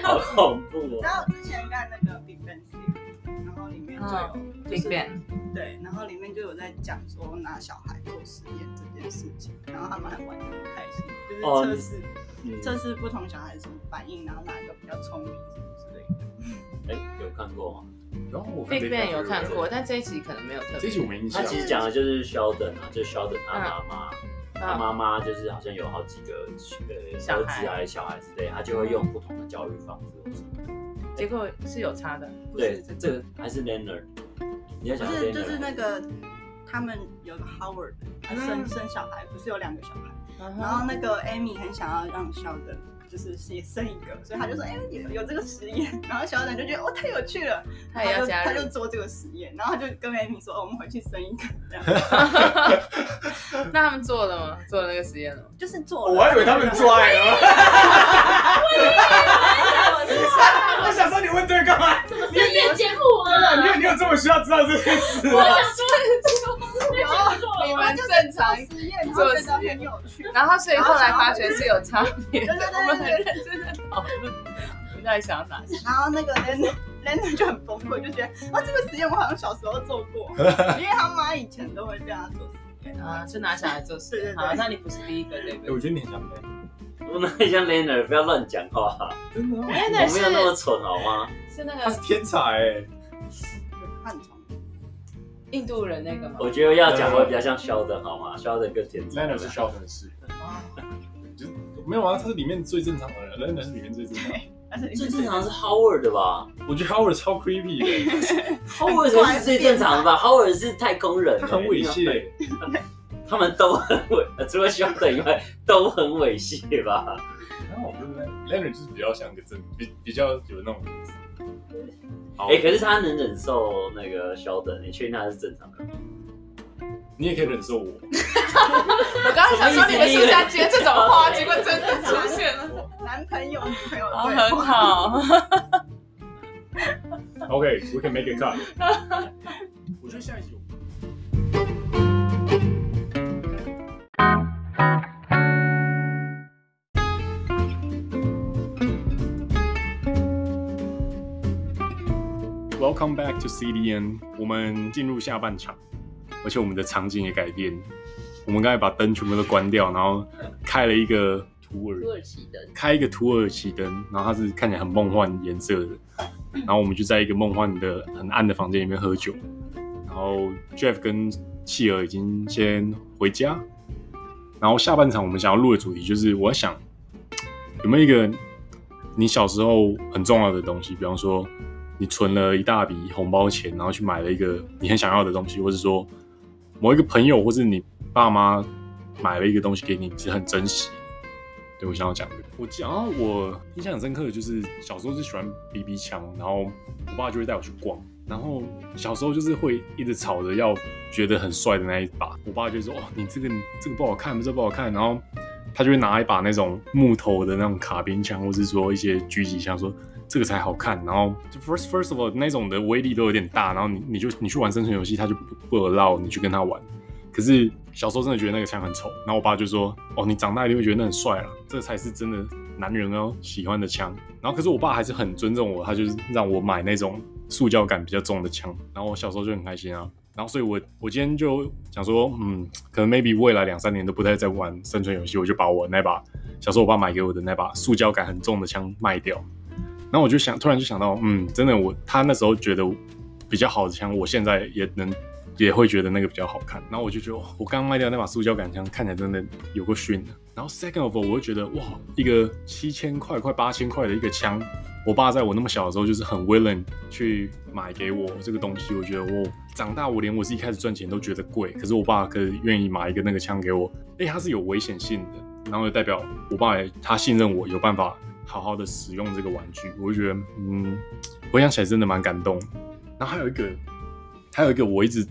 好恐怖哦！
然后之前看那个 Big Bang Theory，然后里面就有
Big Bang
对，然后里面就有在讲说拿小孩做实验这件事情，然后他们还玩的很开心，就是
哦
测试、
嗯，
测试不同小孩什么反应，然后哪一个比较聪明什么之类的。
哎，有看过吗？
然后我看
Big Bang 有看过，
这
但这一集可能没有特
一集，这一
别。
集我没印
他
象。
其实讲的就是 Sheldon 啊，就是 Sheldon 他妈妈，他
嗯
妈妈就是好像有好几个呃
小
儿
孩
子啊、小孩之类，他就
嗯
会用不同的教育方式或什么。
结果是有差的。
不
对
是这，
这
个，
个还是 Leonard，你要
不
讲
是就是那
Leonard
个他们有个 Howard 他生生小孩，不是有两个小孩，
然
然后那个 Amy 很想要让小的，就是也生一个，所以他就说：“哎、有有这个实验。”然后小的就觉得：“哦，太有趣了！”
他也要
就
加
他
入
就，做这个实验，然后他就跟 Amy 说：“哦，我们回去生一个。”这样
那他们做了吗？做了那个实验了吗？
就是做了。
我还以为他们抓 了。我想说你问这个干嘛？
怎么是面节目啊？
你有你有这么需要知道这件事吗？
面节目
你
啊
们正常。
实验，然后觉得很有趣。
然后所以后来发觉是有差别的，
对对对
我们很认真的讨论，我们在想哪些。
然后那个 Len Len 就很崩溃，就觉得啊，这个实验我好像小时候做过，因为他妈以前都会这样做实验。
啊，就拿小孩做实
对对
验。
对
好，那你不是第一个对不
哎，我
对？
觉得你很像 Leonard
我哪里像 Leonard？不要乱讲话，
真的
我
啊，
我
哎那
没有那么
是
蠢好吗？
是那
他是
个
天才哎。
他很聪明，
印度人那个吗？
我觉得要讲会比较像 Sheldon 好吗？Sheldon 更天才
Leonard 是 Sheldon 的事，
哦
就是没有啊，他是里面最正常的人，Leonard 是里面最正常的。
但是
最正常是 Howard 的吧
我觉得 Howard 超 creepy 的，
？Howard 才是最正常的吧？Howard 是太空人欸，
他很猥亵，
他们都很猥，呃除了 Sheldon 以外都很猥亵吧？
然后我觉得 Leonard 就是比较像个正，比比较有那种。好
哎，可是他能忍受那个 Sheldon，你确定他是正常的吗？
你也可以忍受我，
我刚刚想说你们是不是要接这种话，结果真的出现了。
男朋友女朋友
哦，
对
很 好，
OK，we can make a cut。我觉得下一集我们。Welcome back to CDN，我们进入下半场，而且我们的场景也改变。我们刚才把灯全部都关掉，然后开了一个土耳
土耳其的
开一个土耳其灯，然后它是看起来很梦幻颜色的，然后我们就在一个梦幻的很暗的房间里面喝酒，然后 Jeff 跟企鹅已经先回家，然后下半场我们想要录的主题就是我在想有没有一个你小时候很重要的东西，比方说你存了一大笔红包钱，然后去买了一个你很想要的东西，或是说某一个朋友或是你爸妈买了一个东西给你，你是很珍惜的。对我想要讲的，我讲到我印象很深刻的就是小时候就喜欢 BB 枪，然后我爸就会带我去逛，然后小时候就是会一直吵着要觉得很帅的那一把，我爸就说哦你这个这个不好看，这个不好看，然后他就会拿一把那种木头的那种卡宾枪，或是说一些狙击枪，说这个才好看，然后就 first first of all 那种的威力都有点大，然后你你就你去玩生存游戏，他就不不 allow 你去跟他玩。可是小时候真的觉得那个枪很丑，然后我爸就说：“哦，你长大一定会觉得那很帅了，这才是真的男人哦喜欢的枪。”然后可是我爸还是很尊重我，他就是让我买那种塑胶感比较重的枪，然后我小时候就很开心啊。然后所以我我今天就想说，嗯，可能 maybe 未来两三年都不太在玩生存游戏，我就把我那把小时候我爸买给我的那把塑胶感很重的枪卖掉。然后我就想，突然就想到，嗯，真的我他那时候觉得比较好的枪，我现在也能也会觉得那个比较好看。然后我就觉得，哦我刚卖掉那把塑胶杆枪，看起来真的有个逊的。然后 second of all，我会觉得哇，一个七千块、快八千块的一个枪，我爸在我那么小的时候就是很 willing 去买给我这个东西。我觉得我长大，我连我自己开始赚钱都觉得贵，可是我爸可以愿意买一个那个枪给我，哎，它是有危险性的，然后就代表我爸也他信任我有办法好好的使用这个玩具，我就觉得嗯，回想起来真的蛮感动的。然后还有一个，还有一个我一直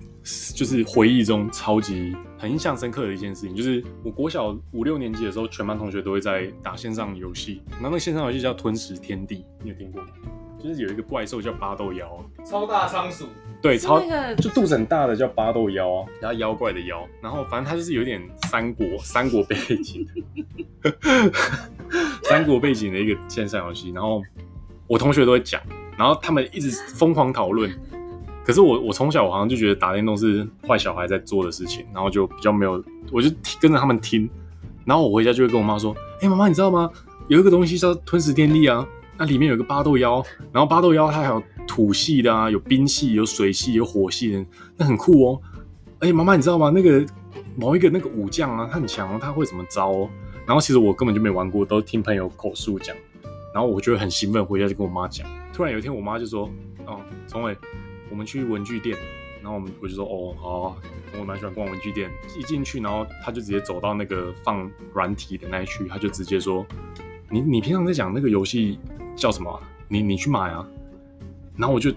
就是回忆中超级很印象深刻的一件事情，就是我国小五六年级的时候，全班同学都会在打线上游戏，然后那个线上游戏叫《吞食天地》，你有听过吗？就是有一个怪兽叫巴豆妖，
超大仓鼠，
对，
是
超
那个
就肚子很大的叫巴豆妖啊，然后妖怪的妖，然后反正它就是有点三国三国背景， 三国背景的一个线上游戏。然后我同学都会讲，然后他们一直疯狂讨论。可是我我从小我好像就觉得打电动是坏小孩在做的事情，然后就比较没有，我就听跟着他们听，然后我回家就会跟我妈说：“哎、妈妈，你知道吗？有一个东西叫吞食天地啊，那里面有一个巴豆妖，然后巴豆妖它还有土系的啊，有冰系，有水系，有火系的，那很酷哦。而且妈妈，你知道吗？那个某一个那个武将啊，他很强哦，他会怎么招哦？然后其实我根本就没玩过，都听朋友口述讲。然后我就会很兴奋，回家就跟我妈讲。突然有一天，我妈就说：“哦，崇伟，我们去文具店。”然后我们我就说：“哦，好啊、我蛮喜欢逛文具店。”一进去，然后他就直接走到那个放软体的那一区，他就直接说：“你你平常在讲那个游戏叫什么啊、你你去买啊。”然后我就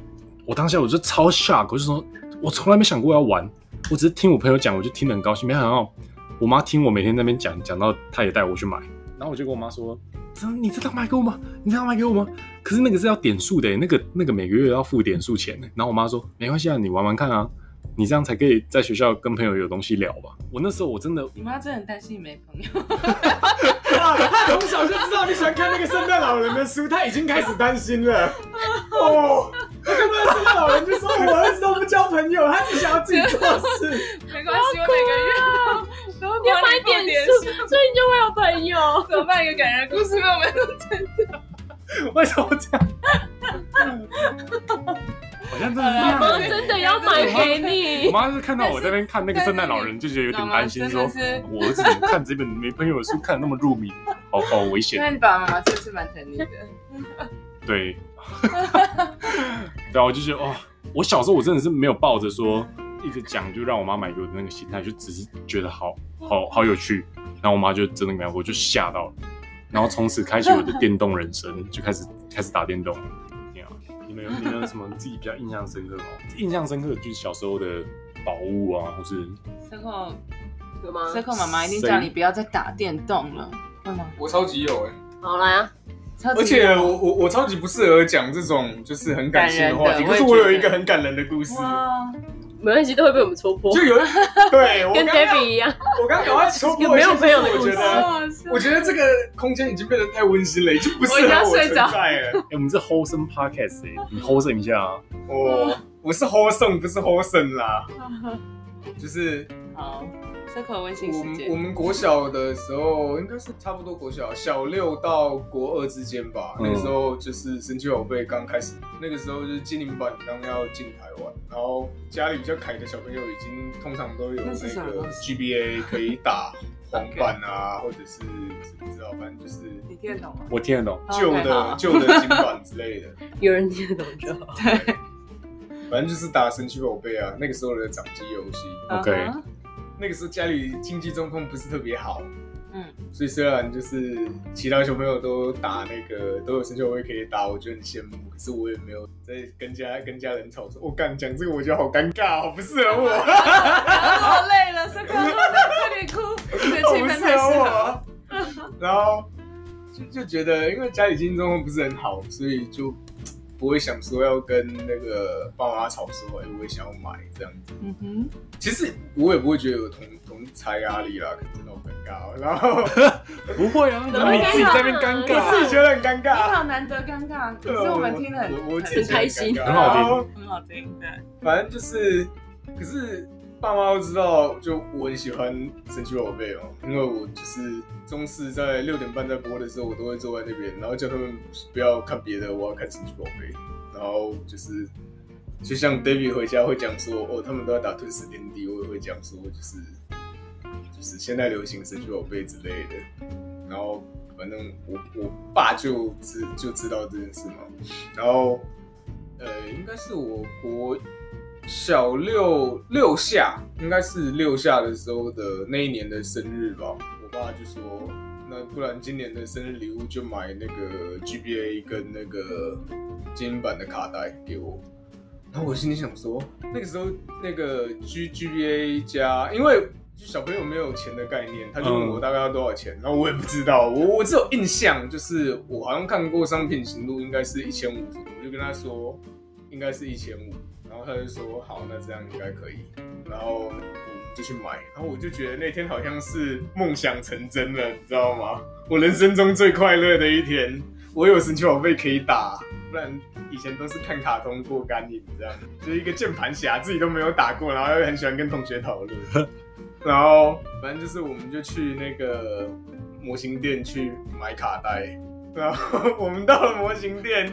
我当下我就超 shock，我就说我从来没想过要玩，我只是听我朋友讲，我就听得很高兴。没想到我妈听我每天在那边讲，讲到她也带我去买，然后我就跟我妈说：“真的你真的要买给我吗？你真的要买给我吗？”可是那个是要点数的耶，那个那个每个月要付点数钱的。然后我妈说：“没关系啊，你玩玩看啊，你这样才可以在学校跟朋友有东西聊吧。”我那时候我真的
你妈真的很担心你没朋友，
他从小就知道你喜欢看那个圣诞老人的书，他已经开始担心了。哦，那个圣诞老人就说：“我儿子都不交朋友，他只想要自己做事。
没关系，我每个月都都
你要
帮
买
付
点
啊点
数，
数
所以你就会有朋友。
怎么办？一个感人的故事被我们都真的，”
为什么这样？好像 真的是这
我
样
妈
的耶。
真的要买给
我
你，
妈就是看到我在那边看那个圣诞老人，就觉得有点担心，说
妈妈 真的是
我儿子怎么看这本没朋友的书看得那么入迷，好好危
那
险。
你爸爸妈妈真的是蛮疼你的。
对， 对啊，我就觉得哦，我小时候我真的是没有抱着说一直讲就让我妈买给我的那个心态，就只是觉得好好好有趣，然后我妈就真的买，我就吓到了，然后从此开启我 的电动人生，就开始开始打电动了。对啊 你们有你们有什么自己比较印象深刻吗？印象深刻的就是小时候的宝物啊，或是
Circle
有吗？
Circle 妈妈一定叫你不要再打电动了，会吗？”
我超级有哎、
好来啊，
超级
而且我我我超级不适合讲这种就是很感性的话
感
题，
人的
可是
我
我
也觉得
有一个很感人的故事，
哇，
没关系，都会被我们戳破，
就有对我
跟
刚刚
Debbie 一样。
我刚刚赶快戳破
有没有朋友的
我
故
觉
事
得
哇塞
我觉得这个空间已经变得太温馨了，已经不适
我已经
合
要
我
睡
存
着
在了。
哎、我们是 wholesome podcast 哎、你 wholesome 一下啊。
我我是 wholesome 哦不是 wholesome 啦，就是
好，Circle 温馨
我
时
们我
间，
们国小的时候，应该是差不多国小小六到国二之间吧。
嗯
那个时候就是神奇宝贝刚开始，那个时候就是精灵版刚要进台湾，然后家里比较凯的小朋友已经通常都有
那是什
那
么东
个 GBA 可以打 黄版啊，或者是知不知道，反正就是
你听得懂吗？
我听得懂，
旧
OK，好
的旧的金版之类的。
有人听得懂就好。
反正就是打神奇宝贝啊，那个时候的掌机游戏。哦
OK
嗯哼
那个时候家里经济状况不是特别好，
嗯，
所以虽然就是其他小朋友都打那个都有生肖我也可以打，我觉得很羡慕，可是我也没有在跟家跟家人吵说，我干讲这个我觉得好尴尬，哦好不适合我，
落泪啊了，Circle 快点哭，这个
好哦
气
不
氛
适
太适
合
合。
我。然后就就觉得，因为家里经济状况不是很好，所以就不会想说要跟那个爸妈吵说，哎、我也想要买这样子。
嗯哼，
其实我也不会觉得有同同财压力啦，可是真的好尴尬。然后。
不会啊，
怎么会
你自己
尴尬
在那边尴
对啊
我自己
尬。
觉得很尴
你
尬。
好难得尴尬，可是我们听得很
我我自己
很
觉得
开心
尴尬
很好听
然后
很好听，对，
反正就是，可是爸妈都知道，就我很喜欢神奇宝贝哦，因为我就是中视在六点半在播的时候，我都会坐在那边，然后叫他们不要看别的，我要看神奇宝贝。然后就是，就像 David 回家会讲说，哦，他们都要打吞食天地，我也会讲说，就是就是现在流行神奇宝贝之类的。然后反正我我爸就知就知道这件事嘛，然后呃，应该是我国小六六下，应该是六下的时候的那一年的生日吧。我爸就说，那不然今年的生日礼物就买那个 GBA 跟那个金版的卡带给我。然后我心里想说，那个时候那个 G G B A 加，因为就小朋友没有钱的概念，他就问我大概要多少钱，然后我也不知道，我我只有印象就是我好像看过商品行路应该是一千五，我就跟他说应该是一千五，然后他就说好，那这样应该可以，然后我们就去买，然后我就觉得那天好像是梦想成真了，你知道吗？我人生中最快乐的一天，我有神奇宝贝可以打，不然以前都是看卡通过干瘾这样，就是一个键盘侠，自己都没有打过，然后又很喜欢跟同学讨论， 然后反正就是我们就去那个模型店去买卡带。然后我们到了模型店，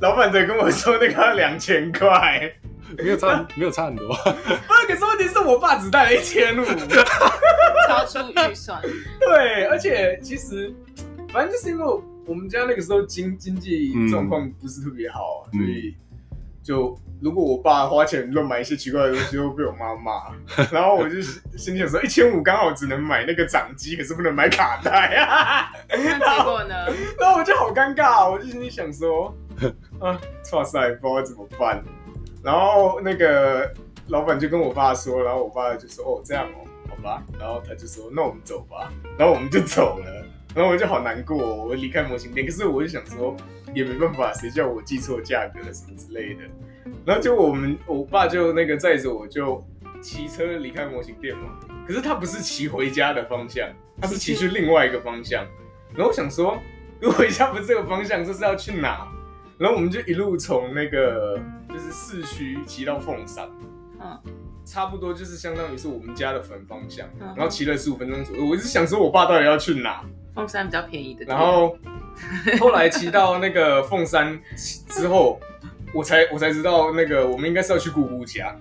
老板才跟我说那个要两千块，
没有差，没有差很多。
不是，可是问题是我爸只带了一千五。
超出预算，
对，而且其实，反正就是因为我们家那个时候经经济状况不是特别好，啊
嗯
所以就如果我爸花钱乱买一些奇怪的东西，会被我妈骂。 然后我就心里想说，一千五刚好只能买那个掌机，可是不能买卡带啊。
那结果 呢？
然后我就好尴尬，我就心里想说，啊，哇塞，不知道怎么办。然后那个老板就跟我爸说，然后我爸就说，哦，这样哦，好吧。然后他就说，那我们走吧。然后我们就走了。然后我就好难过、我离开模型店，可是我就想说，也没办法，谁叫我记错价格什么之类的。然后就我们，我爸就那个载着我就骑车离开模型店嘛。可是他不是骑回家的方向，他是骑去另外一个方向。然后我想说，如果回家不是这个方向，这是要去哪？然后我们就一路从那个就是市区骑到凤山，
嗯
差不多就是相当于是我们家的反方向，
嗯
然后骑了十五分钟左右。我一直想说我爸到底要去哪，
凤山比较便宜的店，
然后后来骑到那个凤山之后，我才我才知道那个我们应该是要去姑姑家，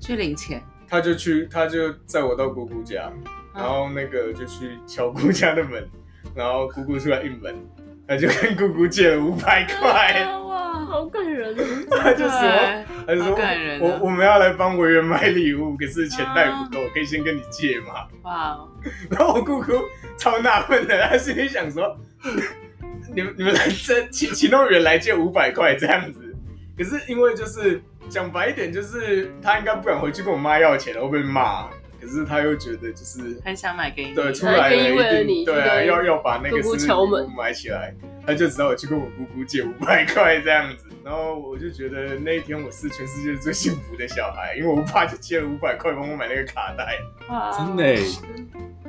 去领钱，
他就去他就载我到姑姑家，然后那个就去敲姑家的门，然后姑姑出来应门，他就跟姑姑借了五百块。
啊
哇，
好感人哦！
他就说，
对
他就说
好感人啊
我我们要来帮委员买礼物，可是钱袋不够，可以先跟你借嘛。
哇哦，
然后我姑姑超纳闷的，她心里想说，你们你们来这骑骑那么远来借五百块这样子，可是因为就是讲白一点，就是她应该不敢回去跟我妈要钱，会被骂。可是她又觉得就是
很想买给你，
对，出来了
愿意为了
一定
你
对啊，
去跟
要要把那个
姑姑
私密
敲
礼
门
物买起来，他就只好去跟我姑姑借五百块这样子。然后我就觉得那一天我是全世界最幸福的小孩，因为我爸就借了五百块帮我买那个卡带，
哇哦，
真的欸耶，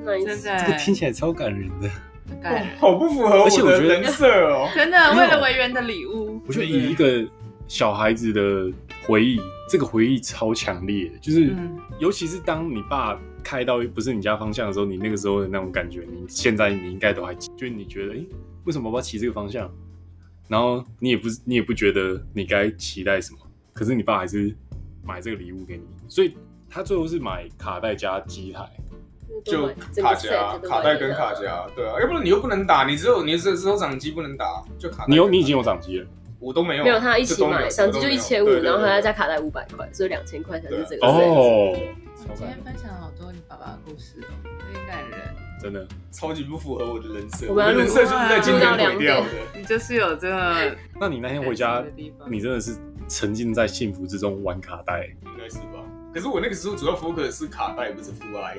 那一
真
次
的，
这个听起来超感人的。
很感人，
好不符合
而且
我
我
的
觉得
人设哦。
真的为了维园的礼物，
我觉得以一个小孩子的回忆，这个回忆超强烈的，就是、
嗯
尤其是当你爸开到不是你家方向的时候，你那个时候的那种感觉，你现在你应该都还记，就是你觉得，哎、为什么我要骑这个方向？然后你也不你也不觉得你该期待什么，可是你爸还是买这个礼物给你，所以他最后是买卡带加机台，
就
整
卡夹
个 set 都买
卡
了
带跟卡夹，对啊，要不然你又不能打，你只有你只只有掌机不能打，就卡带跟卡夹。
你有你已经有掌机了，
我都没有，
没有他一起
这都没
买，
有
相机就一千五，然后
这都没有对对对
他再。加
对
卡带五百块，所以两千块才是整个 set。
哦，
我今天分享了好多你爸爸的故事哦，有点感人。
真的，
超级不符合我的人设，
我们要
的人设
录
就是在今
录
到
天
两
毁掉
点
的。
你就是有这个
那你那天回家
感人的地，方
你真的是沉浸在幸福之中玩卡 带。
应该是吧。可是我那个时候主要 focus 是卡带，不是父爱。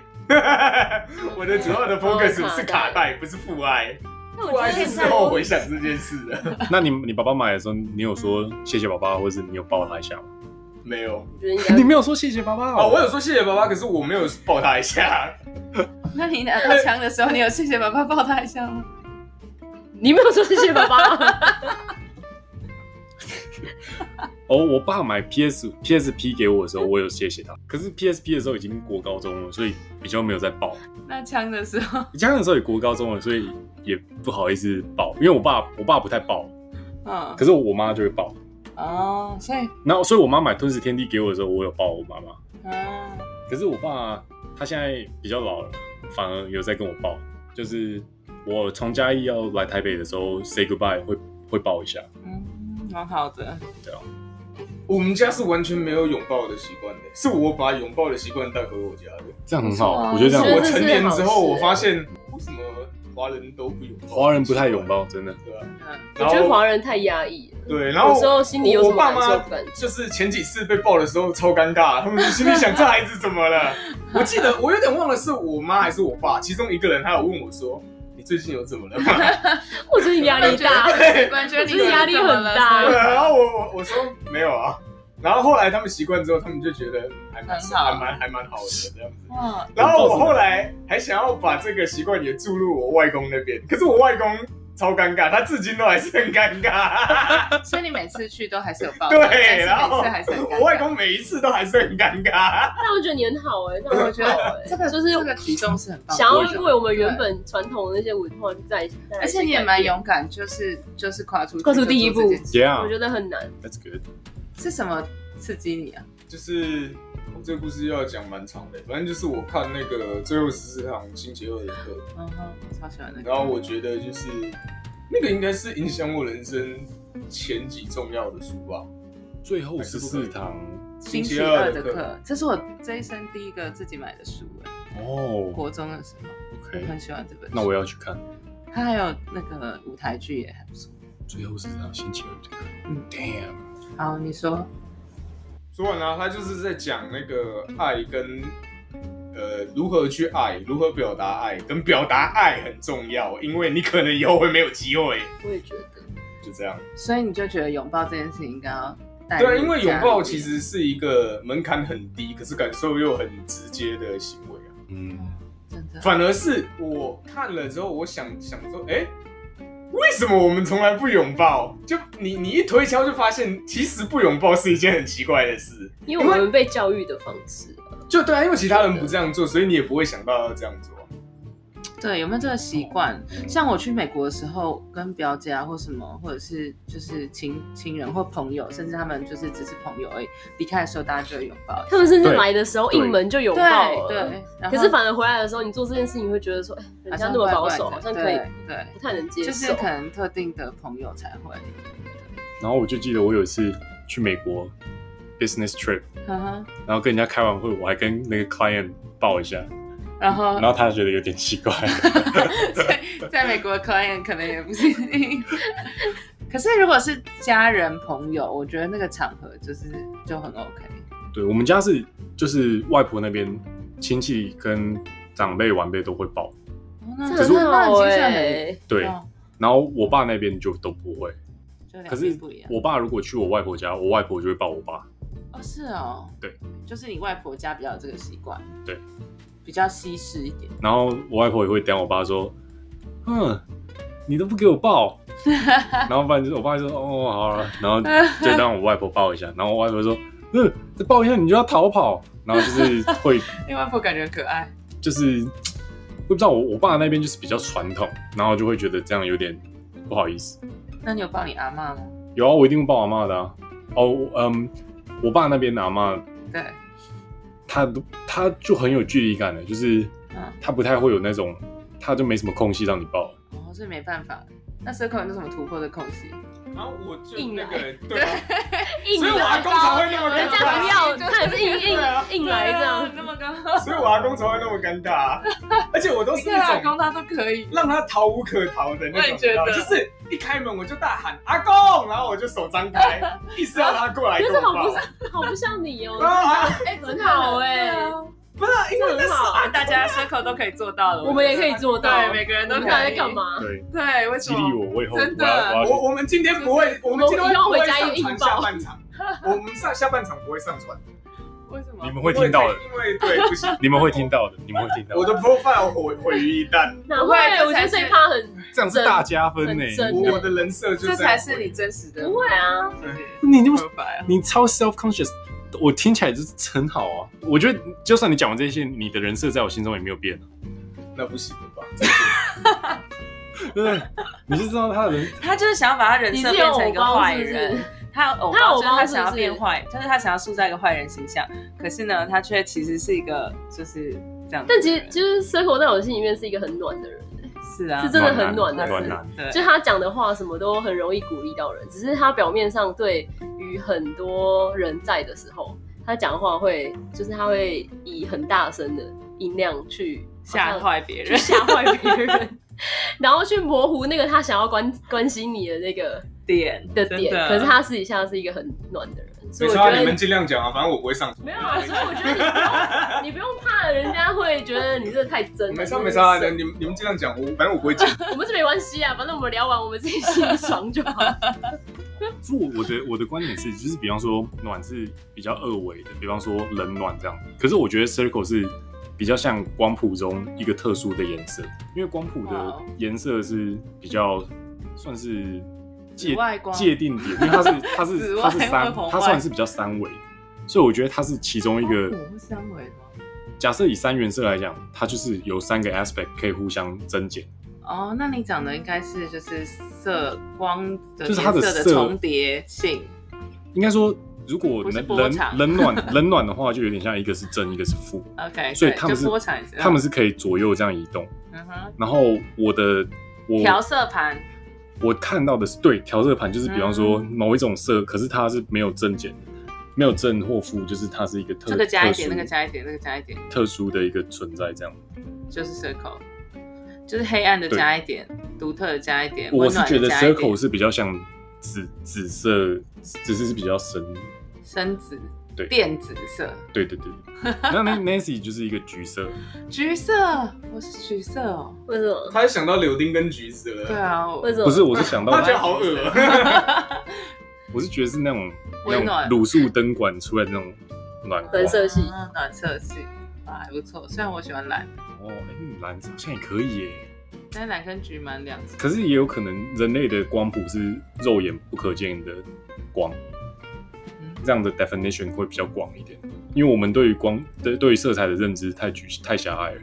我的主要的 focus 是卡带，不是父爱。
那
父
我
爱
觉得
是
现
事
在
后回想这件事的。
那你你爸爸买的时候，你有说谢谢爸爸，或是你有抱他一下吗？
没有
我觉得应该
哎你没有说谢谢爸爸
哦
哦
啊，我有说谢谢爸爸，可是我没有抱他一下。
那你拿到枪的时候，你有谢谢爸爸抱他一下吗？
你没有说谢谢爸爸，
哦，我爸买 PS PSP 给我的时候，我有谢谢他。可是 PSP 的时候已经国高中了，所以比较没有再抱。
那枪的时候，
家长的时候也国高中了，所以也不好意思抱，因为我爸我爸不太抱，
嗯
可，是我妈就会抱。
哦，所以，
然后所以我妈买《吞噬天地》给我的时候，我有抱我妈妈。
嗯，
可是我爸他现在比较老了，反而有在跟我抱，就是我从嘉义要来台北的时候 say goodbye 会会抱一下。
嗯，蛮好的，
我们家是完全没有拥抱的习惯的，是我把拥抱的习惯带回我家的。
这样很
不错啊
好，我觉得这样
嗯是
我
我
这
成年之
是好事
后，我发现为什么华人都不
啊
拥抱，
华人不太拥，抱，真的。
对啊，
嗯我觉得华人太压抑了。
对，然后
有时候心里有
我
什
我
么
爸
感受
妈
不敢
就是前几次被抱的时候超尴尬，他们心里想这孩子怎么 了？我记得我有点忘了是我妈还是我爸，其中一个人他有问我说：“你最近有怎 么了吗？”
我最近压力大，
感觉
我
你
最近压力
怎么了
很大
所
对，
以
然后我我我说没有啊，然后后来他们习惯之后，他们就觉得还蛮
很好
还蛮还蛮好的这样子。
哇，
然后我后来还想要把这个习惯也注入我外公那边，可是我外公超尴尬，他至今都还是很尴 尬。
所以你每次去都还是有抱怨，
对，然
但是每
后
次还是很尴尬
我外公每一次都还是很尴尬。
但我觉得你很好哎，但我觉得
这个
就是
这个举动是很棒的，
想要为我们原本传统的那些文化在，带来
而
一些
且你也蛮
改变，
勇敢，就是就是跨出去
跨出第一
就做这
步
件事
Yeah，
我觉得很难。
that's good。
是什么刺激你啊？
就是我这个故事要讲蛮长的，反正就是我看那个《最后十四堂星期二的课》，
嗯哼，我超喜欢那个。
然后我觉得就是那个应该是影响我人生前几重要的书吧。
最后十四堂
星期
期
二
二
的
的课
课，这是我这一生第一个自己买的书哎，
哦
国中的时候，
哎
我
嗯
，OK，
很喜欢这本书。
那我要去看
它还有那个舞台剧也还不错。
最后十四堂星期二这个。
嗯
，Damn，
好，你说
说完了，他就是在讲那个爱跟呃如何去爱，如何表达爱，跟表达爱很重要，因为你可能以后会没有机会，
我也觉得，
就这样。
所以你就觉得拥抱这件事情应该要带入
对，啊因为拥
家
抱
里
其实是一个门槛很低，可是感受又很直接的行为啊。
嗯，
真的
反而是我看了之后，我想想说，哎、为什么我们从来不拥抱？就你你一推敲就发现，其实不拥抱是一件很奇怪的事。
因为我们被教育的方式啊，
就对啊，因为其他人不这样做，所以你也不会想到要这样做。啊
对，有没有这个习惯？像我去美国的时候，跟表姐啊或什么，或者是就是亲亲人或朋友，甚至他们就是只是朋友而已，离开的时候大家就会拥抱。
他们甚至
对
来的时候
对
应门就拥抱
对
了，
对，然后
可是反而回来的时候，你做这件事，你会觉得说，哎，人
好
家
像
那么
怪
保
怪
守，
的
好像可以
对对
不太能接受。
就是可能特定的朋友才会。
然后我就记得我有一次去美国 business trip，
呵呵
然后跟人家开完会，我还跟那个 client 抱一下，
然后
嗯
然后他觉得有点奇怪。
在在美国 client 可能也不是 一定。可是如果是家人朋友，我觉得那个场合就是就很 OK。
对我们家是就是外婆那边亲戚跟长辈晚辈都会抱，
哦那
这
那
很
那
好
很精
哎、
神很
对，
哦
然后我爸那边就都不会。
就
可
两
是
边不一样。
我爸如果去我外婆家，我外婆就会抱我爸。
哦，是哦，
对，
就是你外婆家比较有这个习惯，
对，
比较西式一点。
然后我外婆也会刁我爸说：“嗯，你都不给我抱。”然后不然就是我爸就说：“哦，好了。”然后就让我外婆抱一下。然后我外婆说：“嗯，再抱一下你就要逃跑。”然后就是会
因为外婆感觉很可爱，
就是我不知道我我爸那边就是比较传统，然后就会觉得这样有点不好意思。
那你有抱你阿妈吗？
有啊，我一定会抱我妈的啊。哦，我嗯，我爸那边的阿妈
对，
他都他就很有距离感的，就是
嗯
他不太会有那种，他就没什么空隙让你抱。
哦，所以没办法。那 circle 有什么突破的空隙？
然后我就
硬
那
来
个对啊，
硬
所以我阿
来，
公才会那么
人
尴
家不
尬，
要，他也是硬硬硬来这
对啊
样。
那么 高，
所以我阿公才会那么尴尬啊。而且我都
你
是
看老
那种
公啊他都可以，
让他逃无可逃的那
我
种，
也觉
你知
得
道就是一开门我就大喊阿公，然后我就手张开，意思要他过来
可
跟
是
我
好不
抱。
像，好不像你哦、
啊，
哎，
很好哎、
啊
不是，啊因为那
真
是
的好
阿
大家 circle 都可以做到的，
我们也可以做到。
对，每个人
我
都
们
可以
俩在干？嘛？
对，
对，为什
激
么
励？我，我以后我
真的
要我要
我我们今天不会，我们今天
我们以后
不
回
会
家
上
硬
传
抱
下半场，我们上下半场不会上传，
为什么
你？们会听到的，
因为对不行，
你们会听到的，你们会听到
我的 profile 毁毁于一旦，
哪
不会啊这
会
才？
我觉得
是
这一趴很
这样是大加分呢、
很真
我我的人设
这
就这
才
样
是你真实的。
不会啊，
你那么
何白啊？
你超 self conscious，我听起来就是很好啊。我觉得就算你讲完这些，你的人设在我心中也没有变、啊。
那不行了吧？
对，你是知道他的人，
他就是想要把他人
你
设
是有
变成
偶
一个
包
坏
是不
人
是？。
他有偶
他有
包，就
偶
是他
包是不是
想要变坏，就是他想要塑造一个坏人形象。可是呢，他却其实是一个就是这样子的人。
但其实，其实 Circle 在我心里面是一个很暖的人，
是啊，
是真的很暖的
暖
人
男。
对，
就他讲的话什么都很容易鼓励到人，只是他表面上对于很多人在的时候，他讲话会就是他会以很大声的音量去
吓坏别
去
人。
吓坏别人。然后去模糊那个他想要关关心你的那个
点
的
真
点，
的
可是他私底下是一个很暖的人，所
没
以
事
我觉
啊，
得
你们尽量讲啊，反正我不会上错。
没有啊，所以我觉得你不用 你不用怕人家会觉得你这太真了，
没
真
事
的
没事啊，
是
你们你们尽量讲，我反正我不会剪。
我们是没关系啊，反正我们聊完我们自己心里爽就好。
不，我的我的观点是，就是比方说暖是比较二维的，比方说冷暖这样。可是我觉得 circle 是比较像光谱中一个特殊的颜色，因为光谱的
哦
颜色是比较算是
紫
界
外光
界定点，因为它是它
紫
是
外
它是
会
三
红，
它
外
算是比较三维，所以我觉得它是其中一个。
我是三维的吗
假设以三原色来讲，它就是有三个 aspect 可以互相增减，
哦，那你讲的应该是就是色光的
就
颜
是它的
色的
色
重叠性，
应该说。如果
不是
冷
波
冷
长
冷暖冷暖的话，就有点像一个是正，一个是负。
OK，
所以
哎对
他们
就是波长也是
他们是可以左右这样移动。
嗯哼
然后我的我
调色盘
我看到的是对调色盘，就是比方说
嗯
某一种色，可是它是没有正减的，没有正或负，就是它是一个特
这个加一点，
特
那
殊
个加一点，那个加一点，
特殊的一个存在这样。
就是 circle，就是黑暗的
对
加一点，独特的加一点，
我
温
是
暖
觉
的
得
加一
circle
点，
是比较像紫紫色，只是是比较深。
深紫
对。
电紫色，
对 对对，那 Nancy 就是一个橘色，
橘色，我是橘色哦，
为什么？
他想到柳丁跟橘子了，
对，啊，我
为什么？
不是，我是 想到
他觉得好
哦
恶啊。
我是觉得是那种那
温
种
暖
卤素灯管出来的那种暖光
蓝 色系
啊暖色系啊，还不错，虽然我喜欢蓝，
哦，哎嗯蓝色好像也可以耶。
但是蓝跟橘蛮两色，
可是也有可能人类的光谱是肉眼不可见的光，
嗯
这样的 definition 会比较广一点，因为我们对于光对对于色彩的认知太局太狭隘了。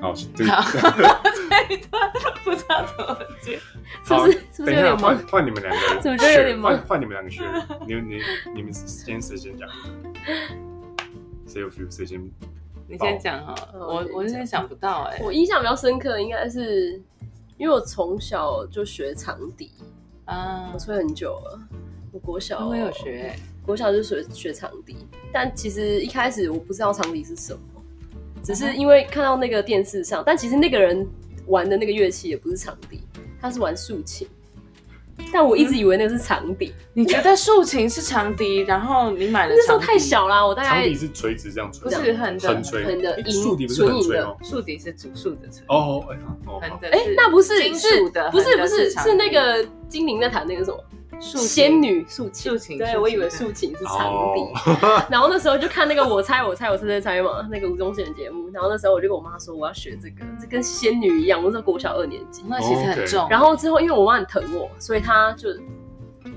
好，这
好
个
这一段不知道怎么接。
是不
好
是是不
等一
是
下
有点
换
忙？
换你们两个，
怎么觉得有点忙
换换你们两个学员，你们你你们先谁先讲？谁有 feel 谁先？
你先讲哈，
哦
我我现在想不到哎、
我印象比较深刻的应该是，因为我从小就学长笛，
啊
我，吹很久了。我国小
我有学、欸，
国小就学学长笛，但其实一开始我不知道长笛是什么，只
嗯
是因为看到那个电视上，但其实那个人玩的那个乐器也不是长笛，他是玩竖琴，但我一直以为那个是长笛，
你觉得竖琴是长笛，然后你买了
那时候
长笛
太，小啦，我大
长
概
笛是垂直这样
不
吹，
是横的，
横吹，
横的
诶
银
竖笛不是横
纯银
吹
的
吗？
竖笛是主竖的吹，
哦，哎好哦，
横
好
的
哎、那不是
金
是
属的，
不是
横的
不是
长笛
是那个精灵在弹那个什么
竖琴
仙女竖琴
竖，琴，
对我以为竖琴是长笛。
哦，
然后那时候就看那个我猜我猜我猜猜猜嘛，那个吴宗宪的节目。然后那时候我就跟我妈说我要学这个，这跟仙女一样。我那时候国小二年级。
那其实很重，
然后之后因为我妈很疼我，所以她就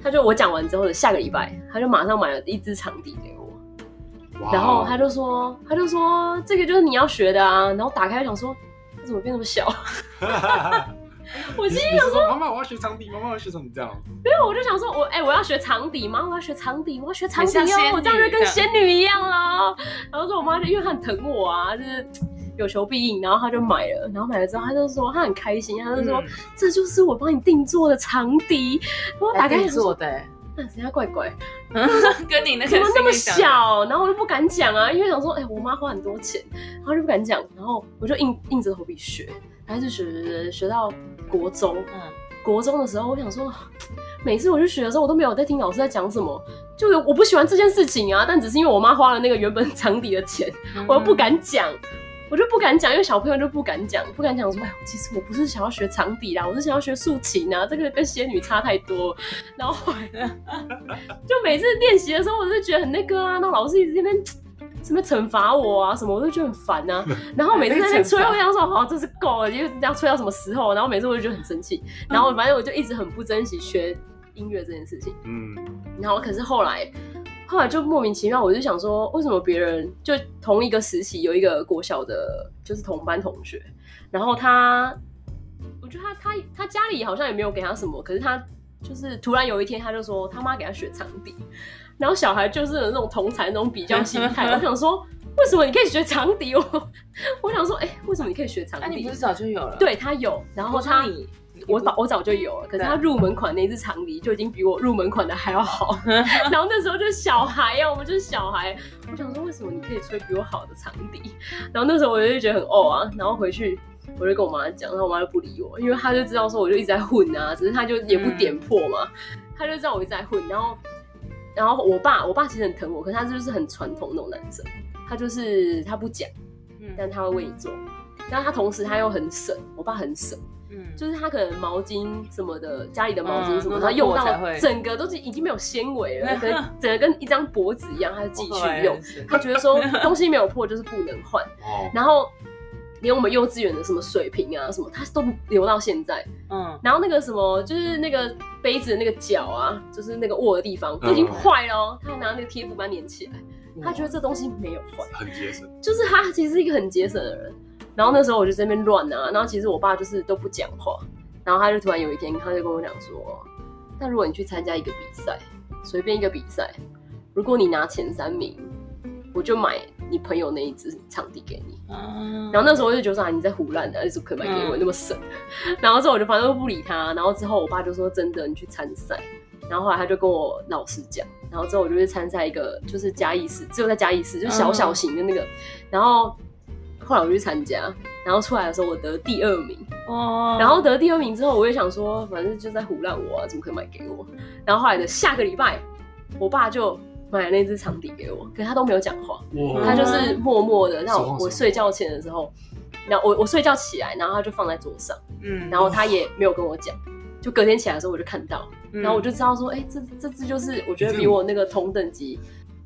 她就我讲完之后的下个礼拜，她就马上买了一支长笛给我。
哦
哇
然后她就说她就说这个就是你要学的啊。然后打开想说它怎么变那么小？ 我
你
心
你是说妈妈我要学长笛，妈妈我要学长笛这样，
因为我就想说我哎、我要学长笛吗？我要学长 笛，我要学长笛
很像仙
哦，
女
我这样就
这
跟
样
仙女一样啦。然后说我妈就因为她很疼我啊，就是有求必应，然后她就买了，然后买了之后她就说她很开心，啊她就说、
嗯
这就是我帮你定做的长笛。然后我打开想
做
说，
的、欸，
那人家怪怪，
跟你那个
怎么那么
心里想的，
小？然后我就不敢讲啊，因为想说哎、我妈花很多钱，然后就不敢讲，然后我就硬硬着头皮学，然后就学学学学到国中，
嗯，
国中的时候，我想说，每次我去学的时候，我都没有在听老师在讲什么，就有我不喜欢这件事情啊。但只是因为我妈花了那个原本 长笛的钱，我又不敢讲，我就不敢讲，因为小朋友就不敢讲，不敢讲说，哎，其实我不是想要学长笛啦，我是想要学竖琴啊，这个跟仙女差太多。然后后来 就每次练习的时候，我就觉得很那个啊，那老师一直在那边。什么惩罚我啊？什么我就觉得很烦 啊。然后每次在那边吹，
被惩罚
我想说，好、这是够了，就是要吹到什么时候？然后每次我就觉得很生气。然后反正我就一直很不珍惜学音乐这件事情。
嗯，
然后可是后来，后来就莫名其妙，我就想说，为什么别人就同一个时期有一个国小的，就是同班同学，然后他，我觉得他他他家里好像也没有给他什么，可是他就是突然有一天他就说他妈给他学长笛，然后小孩就是有那种同才那种比较心态，我想说。为什么你可以学长笛？我我想说，哎、为什么你可以学长
嗯那、你
笛
不是？早就有了？
对他有，然后
我说
他
你，你
我
不
早我早就有了，可是
对
他入门款那一只长笛就已经比我入门款的还 要好。然后那时候就是小孩啊呀、我们就是小孩。我想说，为什么你可以吹比我好的长笛？然后那时候我就觉得很哦啊，然后回去我就跟我妈讲，然后我妈就不理我，因为她就知道说我就一直在混啊，只是她就也不点破嘛，
嗯
她就知道我一直在混。然后，然后我爸，我爸其实很疼我，可是他就是很传统那种男生，他就是他不讲，
嗯
但他会为你做。但他同时他又很省，我爸很省，
嗯，
就是他可能毛巾什么的，家里的毛巾什么
嗯
的，他
那
用
他
到
破才会
整个都是已经没有纤维 了，可能整个跟一张薄纸一样，他就继
我后来
续
也
用。
是
他觉得说东西没有破就是不能换，
哦，
然后连我们幼稚园的什么水瓶啊什么，他都留到现在。
嗯，
然后那个什么，就是那个杯子的那个角啊，就是那个握的地方都已
嗯
经坏了、哦，他还拿那个贴布把它粘起来。他觉得这东西没有坏，
很节省，
就是他其实是一个很节省的人。然后那时候我就在那边乱啊，然后其实我爸就是都不讲话，然后他就突然有一天他就跟我讲说，那如果你去参加一个比赛，随便一个比赛，如果你拿前三名，我就买你朋友那一支场地给你。然后那时候我就觉得说啊，你在胡乱的，你怎么可以买给我
嗯
那么省？ 然后之后我就反正都不理他。然后之后我爸就说真的，你去参赛。然后后来他就跟我老师讲，然后之后我就去参赛一个就是嘉义市，只有在嘉义市，就是小小型的那个。然后后来我就去参加，然后出来的时候我得第二名。
哦
然后得第二名之后，我也想说，反正就在胡乱我啊，怎么可以买给我？然后后来的下个礼拜，我爸就买了那支场地给我，可是他都没有讲话。
哦
哇
他
嗯
就是默默的让
手
我
放手
我睡觉前的时候，然后我我睡觉起来，然后他就放在桌上，
嗯
然后他也没有跟我讲，就隔天起来的时候我就看到，然后我
就
就知道说，哎、这这只就是我觉得比我那个同等级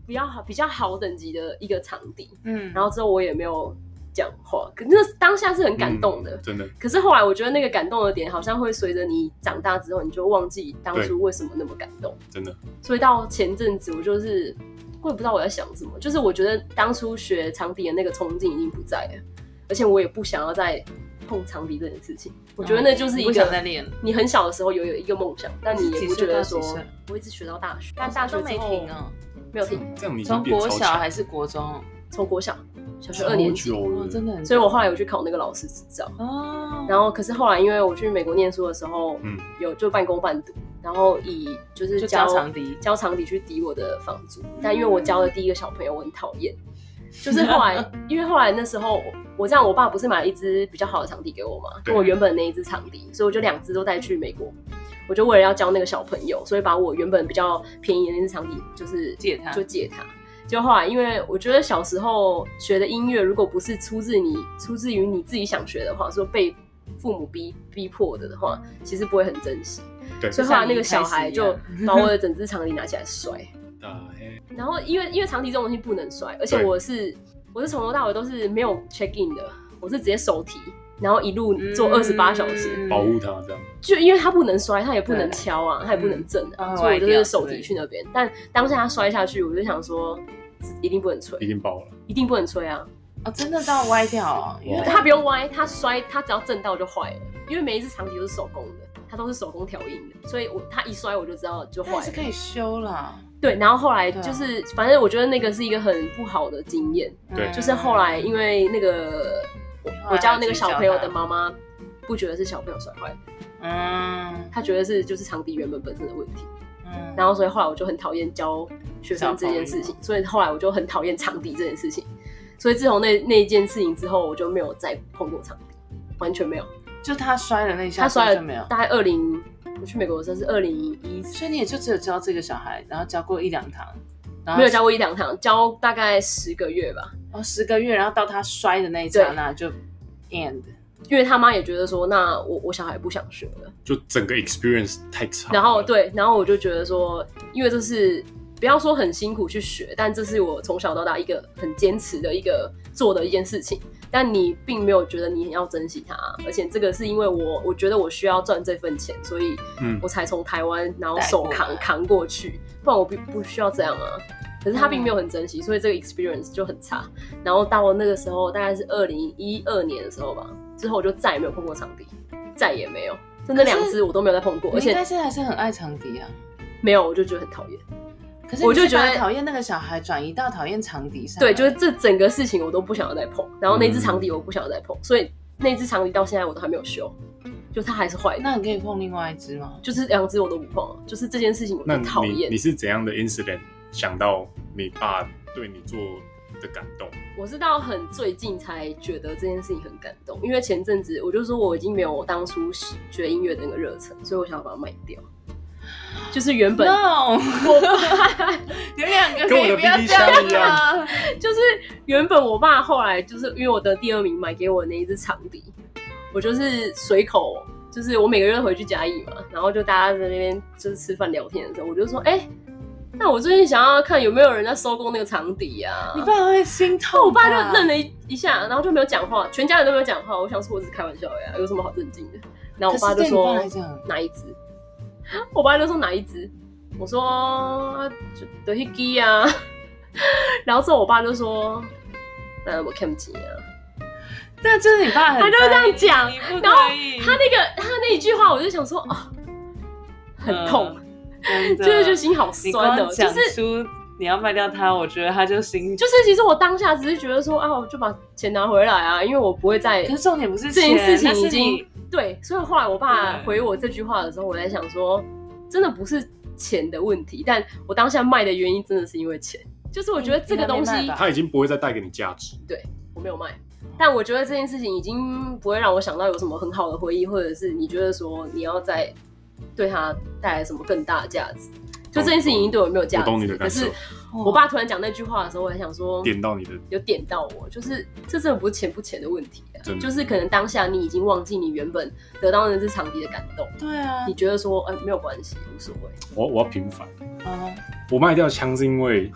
比较好比较好等级的一个场地，
嗯
然后之后我也没有讲话，可那当下是很感动的。
嗯真的，
可是后来，我觉得那个感动的点，好像会随着你长大之后，你就忘记当初为什么那么感动。
真的，
所以到前阵子，我就是我也不知道我在想什么，就是我觉得当初学长笛的那个冲劲已经不在了，而且我也不想要再碰长笛这件事情。我觉得那就是一
哦不想再
个
练了，
你很小的时候有有一个梦想，但你也不觉得说
你是几岁到几岁
我一直学到大学，但大学
都没
之后
停哦，
没有停，
这样你已经
从
变
国
超
小
强，
还是国中，
从国小小学
超
二年级，
久了
哦，真的很，
所以我后来有去考那个老师执照。
哦，
然后可是后来因为我去美国念书的时候，
嗯
有就半工半读，然后以就是
就
教
教长笛嗯
教长笛去抵我的房租，但因为我教的第一个小朋友我很讨厌，就是后 来因为后来那时候我这样，我爸不是买了一支比较好的长笛给我嘛，
对
跟我原本那一支长笛，所以我就两支都带去美国。我就为了要教那个小朋友，所以把我原本比较便宜的那支长笛就是
借他
就借他。就后来，因为我觉得小时候学的音乐，如果不是出自你出自于你自己想学的话，说被父母逼逼迫的的话，其实不会很珍惜。
对
所以后来那个小孩就把我的整只长笛拿起来摔，
大黑，
然后因为因为长笛这种东西不能摔，而且
对
我是我是从头到尾都是没有 check in 的，我是直接手提，然后一路
嗯
做二十八小时，
保护他这样，
就因为它不能摔，它也不能
对
敲啊，它也不能震啊，
嗯
所以我
它
就
会坏掉
是手提去那边。但当下它摔下去，我就想说，一定不能吹
一，定爆了，
一定不能吹啊！
哦，真的到歪掉哦，因为
它不用歪，它摔，它只要震到就坏了。因为每一只长笛都是手工的，它都是手工调音的，所以我它一摔我就知道就坏
但是
了。
可以修啦，
对，然后后来
对啊
就是，反正我觉得那个是一个很不好的经验，
嗯
对
就是后来因为那个我
后来
我教那个小朋友
自己
的
教他
妈妈不觉得是小朋友摔坏的，
嗯
她觉得是就是长笛原本本身的问题。
嗯，
然后所以后来我就很讨厌教学生这件事
小朋
情，所以后来我就很讨厌长笛这件事情。所以自从那那一件事情之后，我就没有再碰过长笛，完全没有。
就他摔了那一下，
他摔
就没有
了，大概二零，我去美国的时候是二零一，
所以你也就只有教这个小孩，然后教过一两堂，然后
没有教过一两堂，教大概十个月吧。
哦十个月，然后到他摔的那一刹那就 end，
因为他妈也觉得说，那我我小孩不想学了。
就整个 experience 太长了，
然后对，然后我就觉得说，因为这是不要说很辛苦去学，但这是我从小到大一个很坚持的一个做的一件事情。但你并没有觉得你要珍惜它，而且这个是因为我我觉得我需要赚这份钱，所以
嗯
我才从台湾然后
带
手
过
扛
来
扛过去，不然我不不需要这样啊。可是他并没有
嗯
很珍惜，所以这个 experience 就很差。然后到那个时候，大概是二零一二年的时候吧，之后我就再也没有碰过场地，再也没有，就那
可是
两只我都没有再碰过，而
你应
且
该是还是很爱长笛啊。
没有，我就觉得很讨厌。
可是
我
你
就是
把
觉得
讨厌那个小孩转移到讨厌长笛上，
对，就是这整个事情我都不想要再碰，然后那
嗯
只长笛我不想要再碰，所以那只长笛到现在我都还没有修，就它还是坏的，
那你可以碰另外一只吗？
就是两只我都不碰了，就是这件事情我
那
就讨
你
厌
你。是怎样的 incident 想到你爸对你做的感动？
我是到很最近才觉得这件事情很感动，因为前阵子我就说我已经没有我当初学音乐的那个热忱，所以我想要把它卖掉。就是原本
No，你们两个可以不要这
跟我的 BB 箱一
样
啊
吗
样？
就是原本我爸后来就是因为我得第二名买给我那一支长笛，我就是随口，就是我每个月回去嘉义嘛，然后就大家在那边就是吃饭聊天的时候，我就说，哎、那我最近想要看有没有人在收购那个长笛啊。
你爸会心痛吧，
我爸就愣了一一下，然后就没有讲话，全家人都没有讲话。我想说我只是开玩笑的呀，有什么好震惊的？然后我爸就说
可是对你爸来讲
哪一只？我爸就说哪一只？我说啊就德希基啊。 然后之后我爸就说，呃，我看不起啊。
但就是你爸很
他就这样
在
讲
意你不
然后
可以，
他那个他那一句话，我就想说啊，很痛，
嗯真的
就是就心好
你
酸
光
的，就
讲
是
出你要卖掉他，我觉得他就心
就是，其实我当下只是觉得说啊，我就把钱拿回来啊，因为我不会再
可是重点不是
这件事
钱
情
那
已
是你
经对，所以后来我爸
对
回我这句话的时候，我在想说，真的不是钱的问题，但我当下卖的原因真的是因为钱，就是我觉得这个东
嗯你
西
还没卖吧
他已经不会再带给你价值。
我没有卖，但我觉得这件事情已经不会让我想到有什么很好的回忆，或者是你觉得说你要再对他带来什么更大的价值，就这件事情已经对我没有价
我懂你
值。
的
可
感受
是，
哦
我爸突然讲那句话的时候，我还想说，
点到你的
有点到我，就是这真的不是钱不钱的问题、啊
真，的
就是可能当下你已经忘记你原本得到那只长笛的感动，
对啊
你觉得说，哎、没有关系，无所谓。
我我要平反。
啊，
我卖掉枪是因 为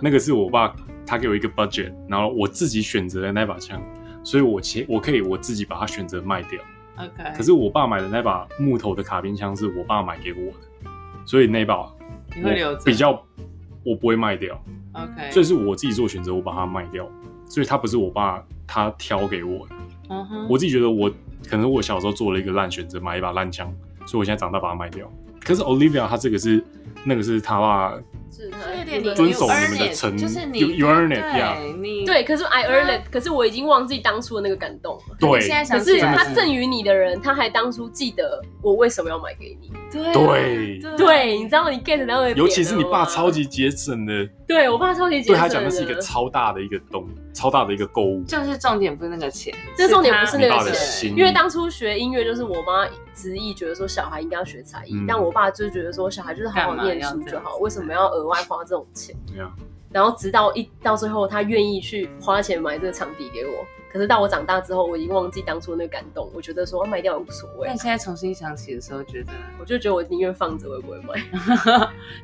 那个是我爸他给我一个 budget，然后我自己选择的那把枪，所以我切我可以我自己把它选择卖掉。
OK，
可是我爸买的那把木头的卡宾枪是我爸买给我的，所以那把
你会留
我
着哎
比较我不会卖掉，
OK，
所以是我自己做选择，我把它卖掉，所以它不是我爸他挑给我的。
嗯哼
我自己觉得我可能我小时候做了一个烂选择，买一把烂枪，所以我现在长大把它卖掉。可是 Olivia 她这个是那个是她爸
是他
就有点你
对
遵守
you
你
earn
们的
it，
承
就是你
you- you earn it，
对你
对，可是 I earned it，可是我已经忘记当初的那个感动了。
对
你现在
可
想起
是
来
他
真的是
赠予你的人，他还当初记得我为什么要买给你。
对
对
啊
对，你知道你 get 到的，
尤其是你爸超，级节省的，
对我爸超级节
对
省的
他讲的是一个超大的一个东，超大的一个购物，
就是重点不是那个钱，
这重点不
他
是
你
那
爸
个
的
钱
心意，
因为当初学音乐，就是我妈执意觉得说小孩应该要学才艺，
嗯
但我爸就觉得说小孩就是好好念
干
书
嘛要这
就
样
好，为什么要额外花这种钱？
对啊
然后直到一到最后，他愿意去花钱买这个场地给我。可是到我长大之后，我已经忘记当初那个感动，我觉得说卖掉也无所谓
那你，现在重新想起的时候， 觉得，
我就觉得我宁愿放着，我也不会卖。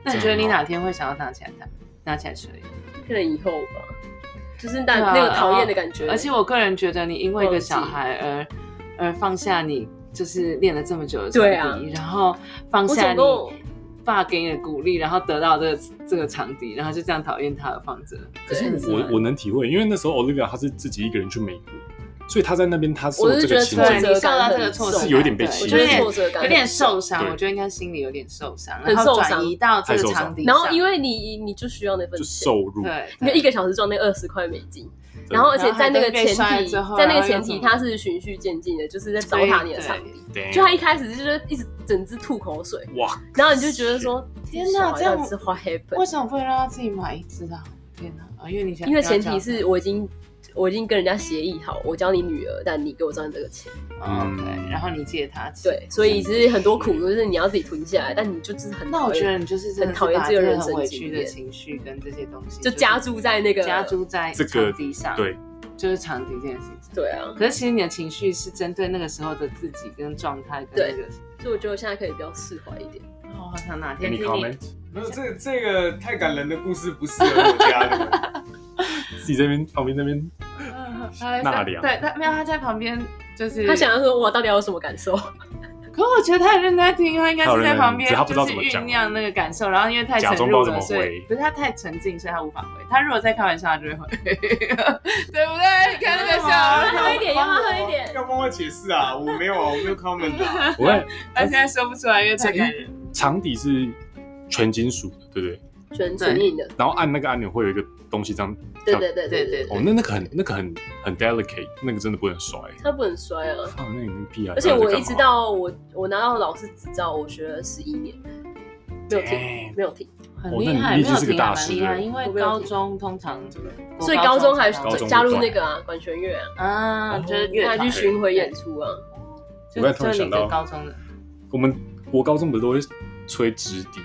那你觉得你哪天会想要拿起来它，拿起来吃？
可能以后吧，就是那、
对啊
那个讨厌的感觉，
而且我个人觉得，你因为一个小孩而而放下你，就是练了这么久的
对
长
啊
笛，然后放
我
下
总
你
共
爸给你的鼓励，然后得到这个这个长笛，然后就这样讨厌他而放着。
可是
真的是
我
蛮
我能体会，因为那时候 Olivia 她是自己一个人去美国，所以她在那边她受
我是
这
觉
个
得
情
挫
对
境，
你
折
受到
感
这个
很
挫
重
折，
是有点被
对
欺
我
我
觉
觉
得
得
有点
挫折感
有
很
点受伤，
对
我觉得应该心里有点受伤，
很
然后
受伤
转移到这个
太受伤
场地
重然后
上
因为你你就需要那份
就
钱，
受辱，
对，
你就一个小时赚那二十块美金，
对
然后而且在那个前
然后还被摔
提，
之后
在那
然
个
后
前
又
提
怎么
他是循序渐进的，就是在糟蹋你的场地。
Damn
就他一开始就是一直整只吐口水，
哇，
然后你就觉得说，
天哪
哪，
这样
是花 happen，
为什么不能让他自己买一只啊？天哪！啊因为你想，
因为前提是我已经我已经跟人家协议好，我教你女儿，但你给我赚这个钱。
嗯 OK，然后你借他吃
对，所以其实很多苦就是你要自己吞下来，但你就只是很
那我
讨厌
觉得你就是真的
很
是
讨厌
把
这个
个
人
很
生
委
经
屈的
验
情绪跟这些东西，
就加注在那个
加注在
这个
场地上，
对，
就是场地这件事情上。
对啊，
可是其实你的情绪是针对那个时候的自己跟状态跟那
对哦
个。
所以我觉得我现在可以比较释怀一点。
然后我好想哪天
给你
听
comment，
没有这这个太感人的故事不适合我家 的。
自己这边旁边那边
嗯他在
纳凉
对他没有他在旁边就是
他想要说我到底要有什么感受？
可我觉得他很认真在听，他应该是在旁边，
他有认真只是他不知道
就是
怎么讲
酝酿那个感受，然后因为太沉
假装不
入
知道
了，
怎么
所以
回
不是他太沉浸，所以他无法回。他如果在开玩笑，他就会 回，对不对？你看那个
嗯
笑，
啊
要喝一点，要不要喝一点？
要帮我解释啊？我没有啊，我没有 comment 啊。
我看
他现在说不出来，因为太感人。
长笛是全金属的，对不对？
全纯硬的，
然后按那个按钮会有一个东西这样
对
跳，
对对
对
对
对
对，
哦，那那个很那个很很 delicate，那个真的不能摔。
他不很摔啊。
放那你那个屁啊！
而且我一直
知道
到我我拿到老师执照，我学了十一年，没有停，没有停。
很
哦
厉
那你
害，
你
没
已经
有
是个
挺
大
还蛮
师
厉
了
害，因为
我没有
高
听
中通常
真的
国
所以高中还
高
中
加入那个啊管弦乐啊，
啊，就是乐
他
团
去巡回演出啊。
就
我刚才突然
就你
想
的
到
高中的
我们国高中不是都会吹直笛？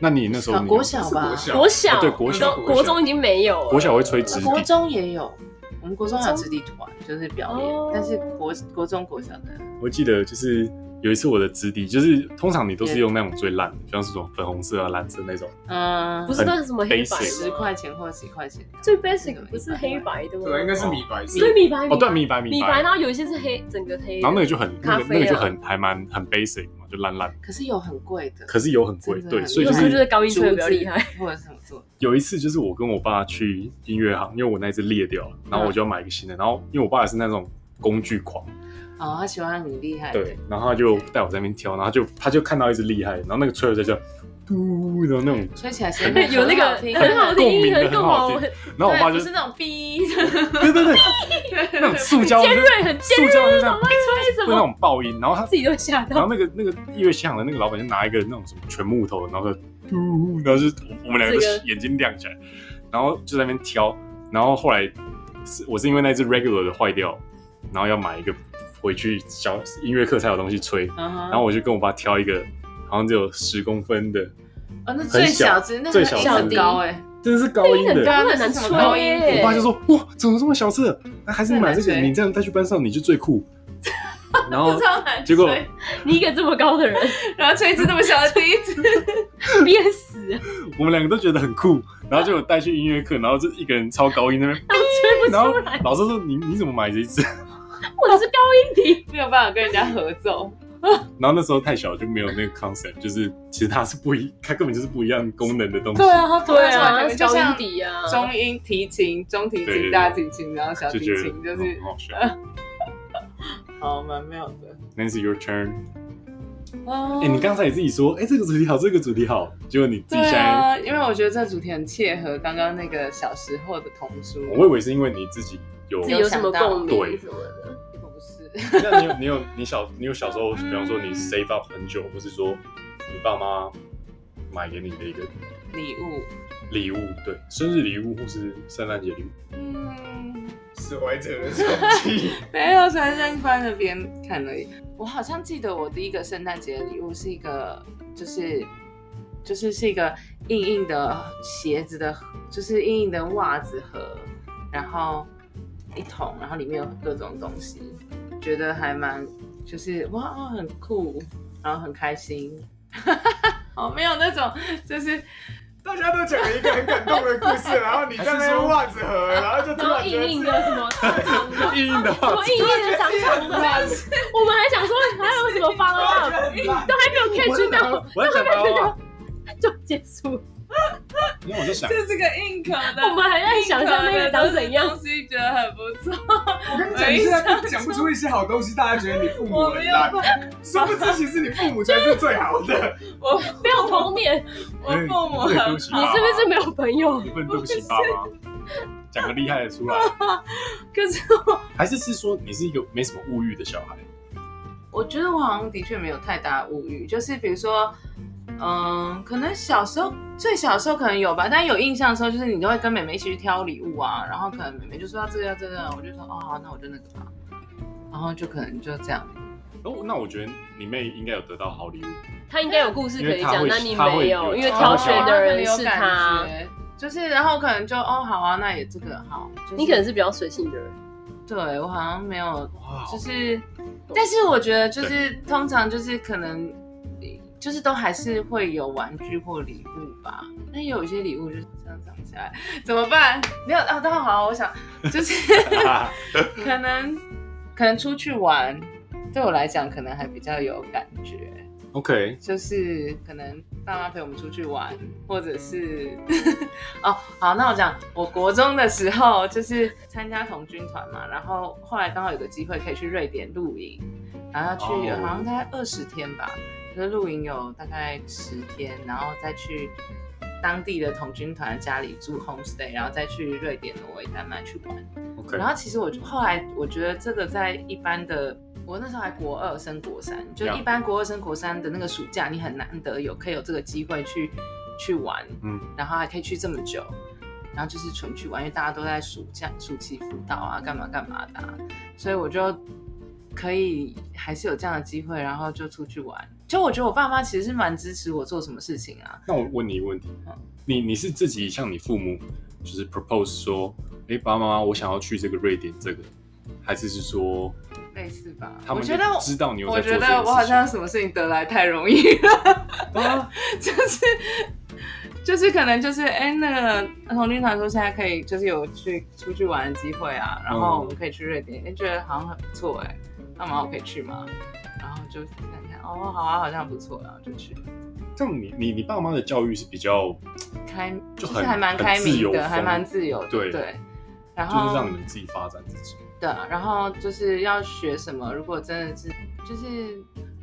那你那时候
啊
你
国小
是
吧
国，小
国小
啊对国小
都
国小
国中已经没有了，
国小会吹直
啊
笛，
国中也有，我们国中还有
国中
直笛团，就是表演
哦，
但是国国中国小的
我记得就是有一次我的直笛，就是通常你都是用那种最烂的，像是这种粉红色啊、蓝色那种，
嗯，
不是那是什么黑白吗啊
很 basic
十块钱或十块钱，
最 basic 不是黑白的吗？
对啊，应该是米白色
对。米白
哦对米白米白
米白，然后有一些是黑整个黑的，
然后那个就很那
咖
个
啡啊
那个就很还蛮很 basic 嘛，就烂烂的。
可是有很贵的，
可是有很贵，
真的
对，
很
所以
贵
就
有时候啊就是是高音吹的比较厉害。
或者是什么做的，
有一次就是我跟我爸去音乐行，因为我那一只裂掉了，然后我就要买一个新的，然后因为我爸也是那种工具狂，
哦，他喜欢你厉害的，
对，然后他就带我在那边挑，然后他就他就看到一只厉害的，然后那个吹了在这，嘟，然后那种，
吹起来声 音
有那个
很好听
很好
共鸣
听，
的
很
很好听然后我爸就
不是那种逼，
对对对， 那种塑胶
尖锐，很尖
塑
锐，
胶就这样，
为
会那
什么
种爆音，然后他
自己都吓
然
到
后？那个那个音乐现场的那个老板就拿一个那种什么全木头，然后说嘟，然后就是我们两个
这
都
个
眼睛亮起来，然后就在那边挑，然后后来是我是因为那只 regular 的坏掉，然后要买一个回去小音乐课才有东西吹，
嗯哼，
然后我就跟我爸挑一个好像只有十公分的，
哦，那最小只，那
最
个
小
音很
只
高哎，
真的是高音
很
的。
高，
对
很难
那是什
吹
么高音
耶。
我爸就说：“哇，怎么这么小只？啊那还是你买这
这很难
个，
吹
你这样带去班上你就最 酷。”然后
超难
结果
吹
你一个这么高的人，
然后吹一只那么小的笛子，
憋死了，
我们两个都觉得很酷，然后就有带去音乐课，然后就一个人超高音 那边，
吹不
然后
出来，
老师说你你怎么买这一只？
我的是高音 笛。
没有办法跟人家合奏，
然后那时候太小就没有那个 concept，就是其实它是不一，它根本就是不一样功能的东西。
对啊，他突
对
然
啊，那
想，
是
就
高音
像
笛啊，
中音、提琴、中提
对对
琴、
对
大提琴，然后小
就
提
觉得
琴，就
嗯
是
很好笑。
好蛮妙的。
Nancy your turn。
哦
哎、你刚才也自己说，哎、这个主题好，这个主题好，结果你自
对
己现在，
啊，因为我觉得这主题很切合刚刚那个小时候的童书。
我以为是因为你自己有，
自己有什么共
对
鸣什么的。
结果不是，
那你有你有你小你有小时候，比方说你 save up 很久，或是说你爸妈买给你的一个
礼物。
礼物，对，生日礼物或是圣诞节礼物。
嗯，
释怀者的传记，
没有，只是在翻那边看而已。我好像记得我第一个圣诞节的礼物是一个，就是就是是一个硬硬的鞋子的，就是硬硬的袜子盒，然后一桶，然后里面有各种东西，觉得还蛮就是哇很酷，然后很开心。 哦，没有那种就是
大家都讲了一个很感动的故事，然后你在那边袜子盒，然后就突
然后
然觉
硬
得
硬
自
的 什么长长的，
啊
硬硬的
什
话
么，硬硬的长长的，我们还想说还有什么
啊
follow up，
己很棒
都还没有 catch 到，
我在想八卦，
就结束。
因为我 就想，
就是个硬壳的，
我们还在想象那个长怎样
硬壳的东西，觉得很不错。
我跟你
哎
讲，你现在讲不出一些好东西，大家觉得你父母很烂，殊不知其实你父母才是最好的。
我
没有童年，
我父母
对对
很
不起
你是不是没有朋友？
你不能对不起爸妈，讲个厉害的出来，
可是
还是是说你是一个没什么物欲的小孩？
我觉得我好像的确没有太大的物欲，就是比如说，嗯，可能小时候最小的时候可能有吧，但有印象的时候，就是你都会跟妹妹一起去挑礼物啊，然后可能妹妹就说要这个要这个，我就说哦好，那我就那个吧，然后就可能就这样。
哦，那我觉得你妹应该有得到好礼物，
他应该有故事可以讲，那
因
你
为他会
没有，
有
因为挑选的人是
哦
他
很有感，觉就是然后可能就哦好啊，那也这个好，就是
你可能是比较随性的人。
对我好像没有
哇
就是，但是我觉得就是通常就是可能，就是都还是会有玩具或礼物吧。但有一些礼物就是这样想起来怎么办？没有啊，那好，我想就是
啊
可能可能出去玩，对我来讲可能还比较有感觉，
OK，
就是可能爸妈陪我们出去玩，或者是哦，好，那我讲，我国中的时候就是参加童军团嘛，然后后来刚好有个机会可以去瑞典露营，然后要去、
哦
好像大概二十天吧，就是露营有大概十天，然后再去当地的童军团家里住 homestay，然后再去瑞典、挪威、丹麦去玩。
OK，
然后其实我就后来我觉得这个在一般的，我那时候还国二升国三，就
呀
一般国二升国三的那个暑假，你很难得有可以有这个机会去去玩，
嗯
然后还可以去这么久，然后就是纯去玩，因为大家都在暑假暑期辅导啊，干嘛干嘛的啊、所以我就可以还是有这样的机会，然后就出去玩。就我觉得我爸妈其实是蛮支持我做什么事情啊，
那我问你一个问题，你你是自己向你父母就是 propose 说，哎、爸爸妈妈，我想要去这个瑞典这个，还是是说
类似吧。
他
我
们
觉
就
得
知道你有
我
在做
觉
这件
得我好
事情啊
像什么事情得来太容易了， 就是就是可能就是哎、那个童军团说现在可以就是有去出去玩的机会啊，然
嗯
后我们可以去瑞典，哎、觉得好像很不错哎、那么我可以去吗？然后就看看哦，好啊，好像不错，然后就去
这样你你你爸妈的教育是比较
开，
就
就是
很
还蛮
很
开
自
明
由
的，
风
还蛮自由的，
对
对。然
就
后
是让你们自己发展自己。
对，然后就是要学什么，如果真的是就是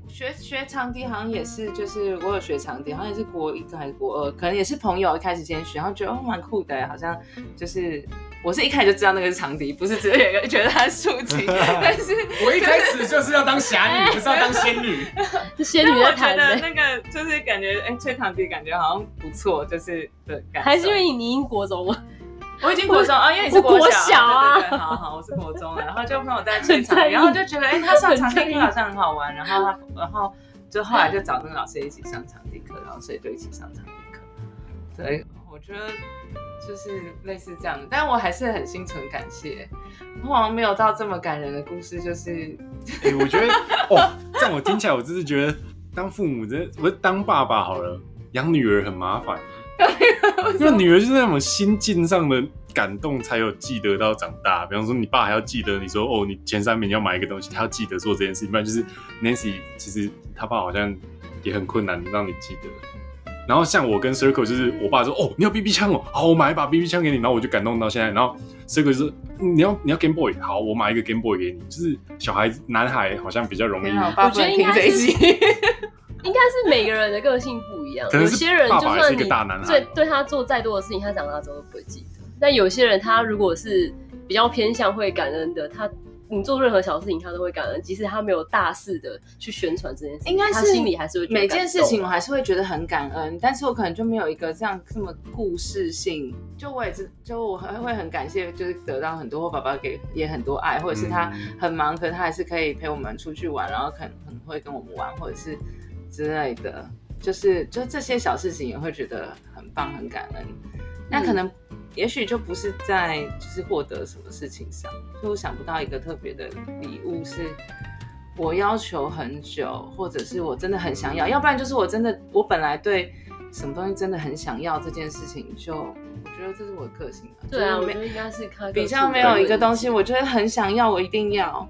学学长笛，好像也是就是我有学长笛，好像也是国一还是国二，可能也是朋友一开始先学，然后觉得哦蛮酷的，好像就是我是一开始就知道那个是长笛，不是只有一个觉得它是竖琴，但是
我一开始就是要当侠
哎
女，不是要当仙女。
这仙
但
女
我
在
觉
谈
得
的，
那个就是感觉哎吹长笛感觉好像不错，就是的感受
还是因为你英国走吗？
我已经国中啊，因为你是
我国
小
小啊
对对对好好，我是国中了。然后就朋友在现场，然后就觉得哎、他上场地课好像很好玩，然后他然后就后来就找那个老师一起上场地课，然后所以就一起上场地课。对，我觉得就是类似这样的，但我还是很心存感谢。我好像没有到这么感人的故事，就是
哎、我觉得哦，这样我听起来，我真是觉得当父母真的，我当爸爸好了，养女儿很麻烦， 因为女儿就是那种心境上的感动才有记得到长大。比方说，你爸还要记得你说哦，你前三名你要买一个东西，他要记得做这件事情。不然就是 Nancy，其实他爸好像也很困难让你记得。然后像我跟 Circle，就是我爸说哦，你要 BB 枪哦，好，我买一把 BB 枪给你，然后我就感动到现在。然后 Circle 就是嗯你要你要 Game Boy，好，我买一个 Game Boy 给你。就是小孩子男孩好像比较容易
没，有爸
我
不
觉得
能
应
听
该
这一
是
集。
应该是每个人的个性不一样，
可
有
能是
些人就
爸爸也是
算
一个大男
你
孩
最对他做再多的事情，他长大之后都不会记得。但有些人他如果是比较偏向会感恩的，他你做任何小事情他都会感恩，即使他没有大肆的去宣传这件事情，
应该
他
是
心里还是会觉得
每件
感
事
动
情我还是会觉得很感恩，但是我可能就没有一个这样这么故事性，就我也是，就我还会很感谢，就是得到很多，我爸爸给也很多爱，或者是他
嗯
很忙，可是他还是可以陪我们出去玩，然后可能很会跟我们玩，或者是之类的，就是就这些小事情也会觉得很棒，很感恩。那可能
嗯
也许就不是在就是获得什么事情上，所以我想不到一个特别的礼物是我要求很久，或者是我真的很想要，要不然就是我真的我本来对什么东西真的很想要这件事情就，我觉得这是我的个性吧。
对啊，
就
我
是
觉
没
得应该是他
比较没有一个东西，我觉得很想要，我一定要，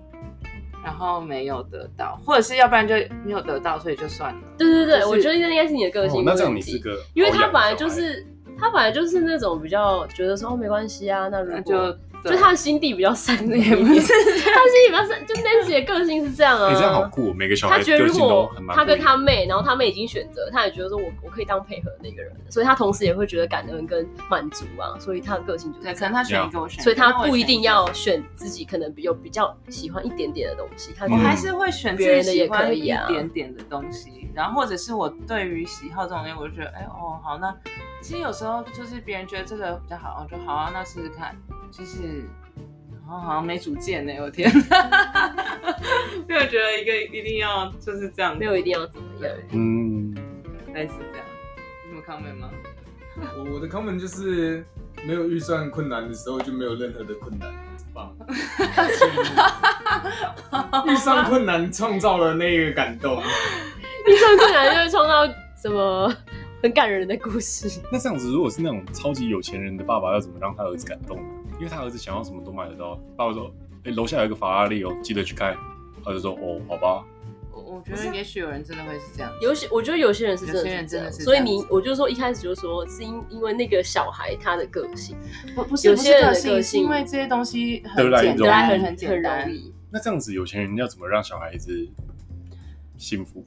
然后没有得到，或者是要不然就没有得到，所以就算了。
对对
就
对，
是
我觉得这应该是你的个性
哦
问题。
那这样你是个，
因为他本来就，是他本来就是那种比较觉得说哦没关系啊，那如
那
果
就
就他的心地比较善良一
也
点，
不是
他心地比较善，就 Nancy 的个性是这样啊。
你、这样好酷哦，每个小孩
他觉得
个
如
性都
果
很蛮
他跟
不一
他
样
妹，然后他妹已经选择，他也觉得说我我可以当配合的那个人，所以他同时也会觉得感恩跟满足啊，所以他的个性就是
对，可
这
能
样。
他选一个我选一个，
所以他
那我
不一
选
定
个
要选自己可能比较比较喜欢一点点的东西，
嗯
他觉
我
得
还是会选自
别
己
人的
喜
也可
欢一
以啊
点点的东西，然后或者是我对于喜好这种东西，我就觉得，哎、哦，好，那其实有时候就是别人觉得这个比较好，我就好啊，那试试看，就是，然后好像没主见呢、我天， 因为我觉得一个一定要就是这样，
没有一定要怎么样。
嗯，
类似这样，你有 comment 吗？
我我的 comment 就是没有预算困难的时候就没有任何的困难， 棒。遇上困难创造了那个感动，
遇上困难就会创造什么很感人的故事。
那这样子，如果是那种超级有钱人的爸爸，要怎么让他儿子感动呢？因为他儿子想要什么都买得到，爸爸说，哎、楼下有一个法拉利哦，记得去开，他就说，哦，好吧，
我我觉得也许有人真的会是这样，
有些我觉得有些人是真
有些
的
人
是这
真的
样，
是
所以
这样
你
子
我就说一开始就说是因因为那个小孩他的个性
不不是
有
不
些
是
人的
性，
个
是因
性啊
为这些东西
得
很
来
简
容易
单，
很
很简
很
单
容，易，
那这样子有钱人要怎么让小孩子幸福？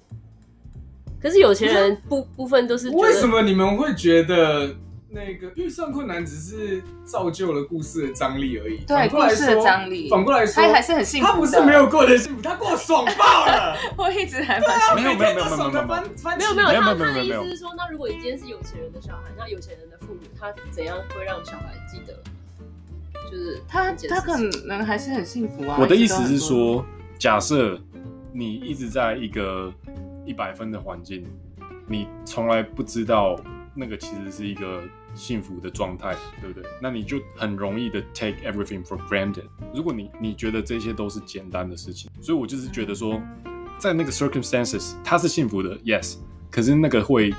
可是有些人部部分都是觉得
为什么你们会觉得那个预算困难只是造就了故事的张力而已。
对
反过来
故事的
说
张力
反过来说，
他还是很幸福的。
他不是没，有过得幸福，他过得爽爆 了。
我一直还
啊
蛮
没有没有没有没
每
有没有
天都爽得翻翻
没
起
有没有，
没有
他
没有
他的
没
意
有
思是说，那如果你今天是有钱人的小孩，那有钱人的父母他怎样会让小孩记得？就是
他
这件
他
事
可
情
能还是很幸福啊。
我的
一
意
直都
思
很
是说，假设你一直在一个一百分的环境，你从来不知道那个其实是一个幸福的状态，对不对？那你就很容易的 take everything for granted。如果你你觉得这些都是简单的事情，所以我就是觉得说，在那个 circumstances，它是幸福的，yes，可是那个会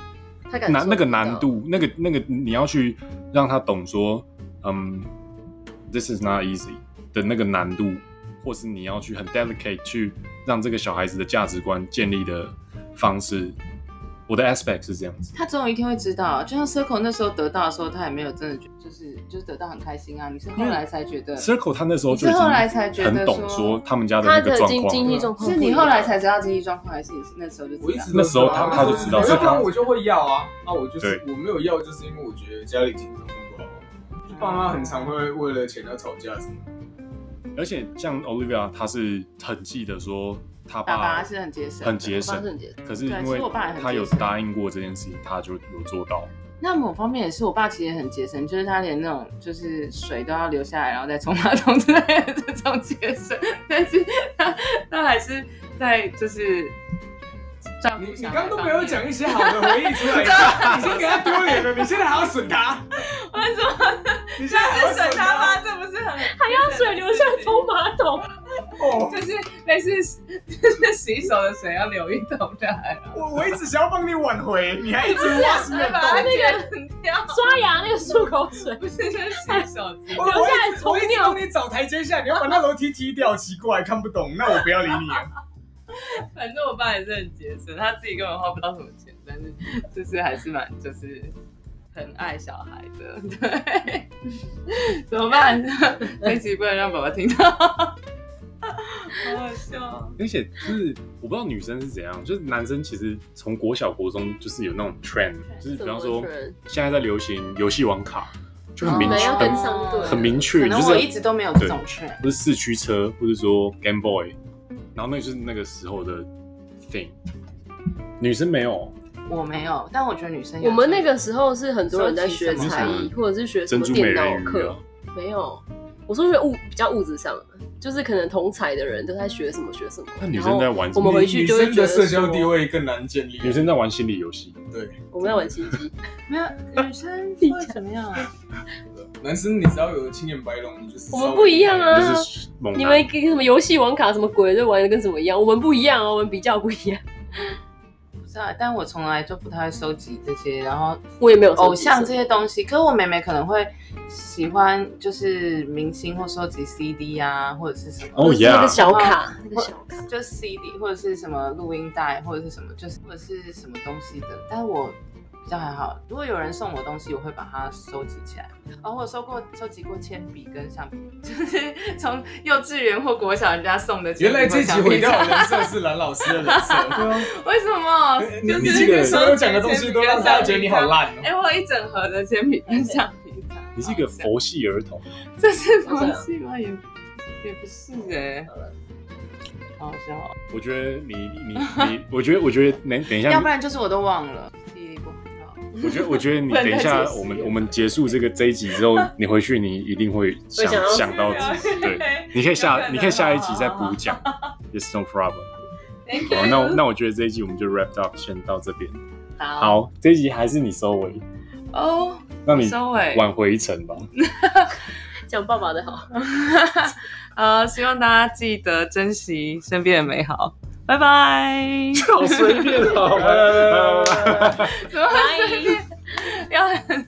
他感
难
受
那个
不
难
到
度，那个那个你要去让他懂说，嗯，this is not easy 的那个难度，或是你要去很 delicate 去让这个小孩子的价值观建立的方式，我的 aspect 是这样子。
他总有一天会知道，就像 Circle 那时候得到的时候，他也没有真的觉就是就是得到很开心啊。你是后来才觉得，
Circle 他那时候就
你
已
是
经
后来才觉得
很懂
说
说他们家的
他
那个
的
状
经经
况，
济状况
是
不一
你
样，
后来才知道经济状况，还是你是那时候就
我
知
一
道
直？
那时候他他就知道
要不
这
然
个
啊我就会要啊啊！我就是我没有要，就是因为我觉得家里经济状况不好啊。
嗯
就爸妈很常会为了钱要吵架什么的。
而且像 Olivia 她是很记得说他
爸爸是很节省的，
很节
我爸是
省
很节省。
可是
对
因
其
为
实我爸也很
他有
节省
答应过这件事情，他就有做到。
那某方面也是，我爸其实也很节省，就是他连那种就是水都要留下来，然后再冲马桶之类的 这种节省，但是他他还是在就是照
你
顾
你
小孩
刚刚都没
方
有
面
讲一些好的回忆出来，你先给他丢脸了，你现在还要损他？
为什么？
你现在还要
这是
损
水他
他？
吗？这不是很
还要水流下冲马桶，
哦，
就是类似就是洗手的水要留一桶下来，
我我一直想要帮你挽回，你还一直挖深的
把它
洞。
剪掉，
刷牙那个漱口 水。
不是就是洗手间。
我
留
我
下来
一直我一直
重尿
帮你找台阶下，你要把那楼梯踢掉，奇怪，看不懂，那我不要理你了。
反正我爸也是很节省，他自己根本花不到什么钱，但是就是还是蛮就是很爱小孩的， 对。怎么办？这集不能让爸爸听到，好好笑。
而且就是我不知道女生是怎样，就是男生其实从国小国中就是有那种 trend，就是比方说现在在流行游戏王卡，就很明
哦
确、
要跟上队
很明
可
确，就
能我一
是
直都没有这种劝，
不是四驱车，或者说 Game Boy，然后那就是那个时候的 thing。女生没有，
我没有，但我觉得女生有
我们那个时候是很多人在
说
学
起什么
才艺，或者是学什
珍
么
珠美
电脑
人鱼
课
啊，，
没有。我说学物比较物质上的，就是可能同才的人都在学什么学什么。
那女生在玩什
我
么
们？回去就会
女生
觉
的
得
社交
说
地位更难建立。
女生在玩心理游戏，
我们在玩 心机，
没有女生会怎么样啊？
男生，你只要有青眼白龙，你就是
我们不一样啊
就是猛
你
男。
们给什么游戏网卡什么鬼，就玩的跟什么一样。我们不一样哦，我们比较不一样。
不知道，但我从来就不太会收集这些，然后
我也没有收集
偶像
什
这
么
些东西。可是我妹妹可能会喜欢，就是明星或收集 CD 啊，或者是什么。
哦
就是那
yeah
个小卡，那个小卡。
就 CD 或者是什么录音带或者是什么，就是或者是什么东西的，但是我比较还好。如果有人送我东西，我会把它收集起来。哦，我有收过收集过铅笔跟橡皮，就是从幼稚园或国小人家送的铅
原
笔
来这
或
集
橡皮
毁掉的
擦。
人设是蓝老师的人设， 对啊，
为什么？
你
就是
你今天所有讲的东西都让大家觉得你好烂
哎、
哦。
我有一整盒的铅笔跟橡皮擦。
你是一个
好
佛系儿童，
这是佛系吗？也也不是哎、好好笑哦。
我觉得你你 你，我觉得我觉得等等一下，
要不然就是我都忘了，记忆力不好。
我觉得，我觉得你
不能
等
再
一下
解，释
我们
了
我们结束这个这一集之后，你回去你一定会想
想到
想到自己，对， 你可以
有可
下
能哦
你可以下一集再
好好
补讲，It's no problem。
Thank
好，
you
那我那我觉得这一集我们就 wrap up，先到这边。
好
好，这一集还是你收尾，
哦，
让你
收尾。
挽回一 程吧。
讲爸爸的好，
呃，希望大家记得珍惜身边的美好。拜拜。
好随便啊，拜拜拜拜拜拜。
怎么会随便要很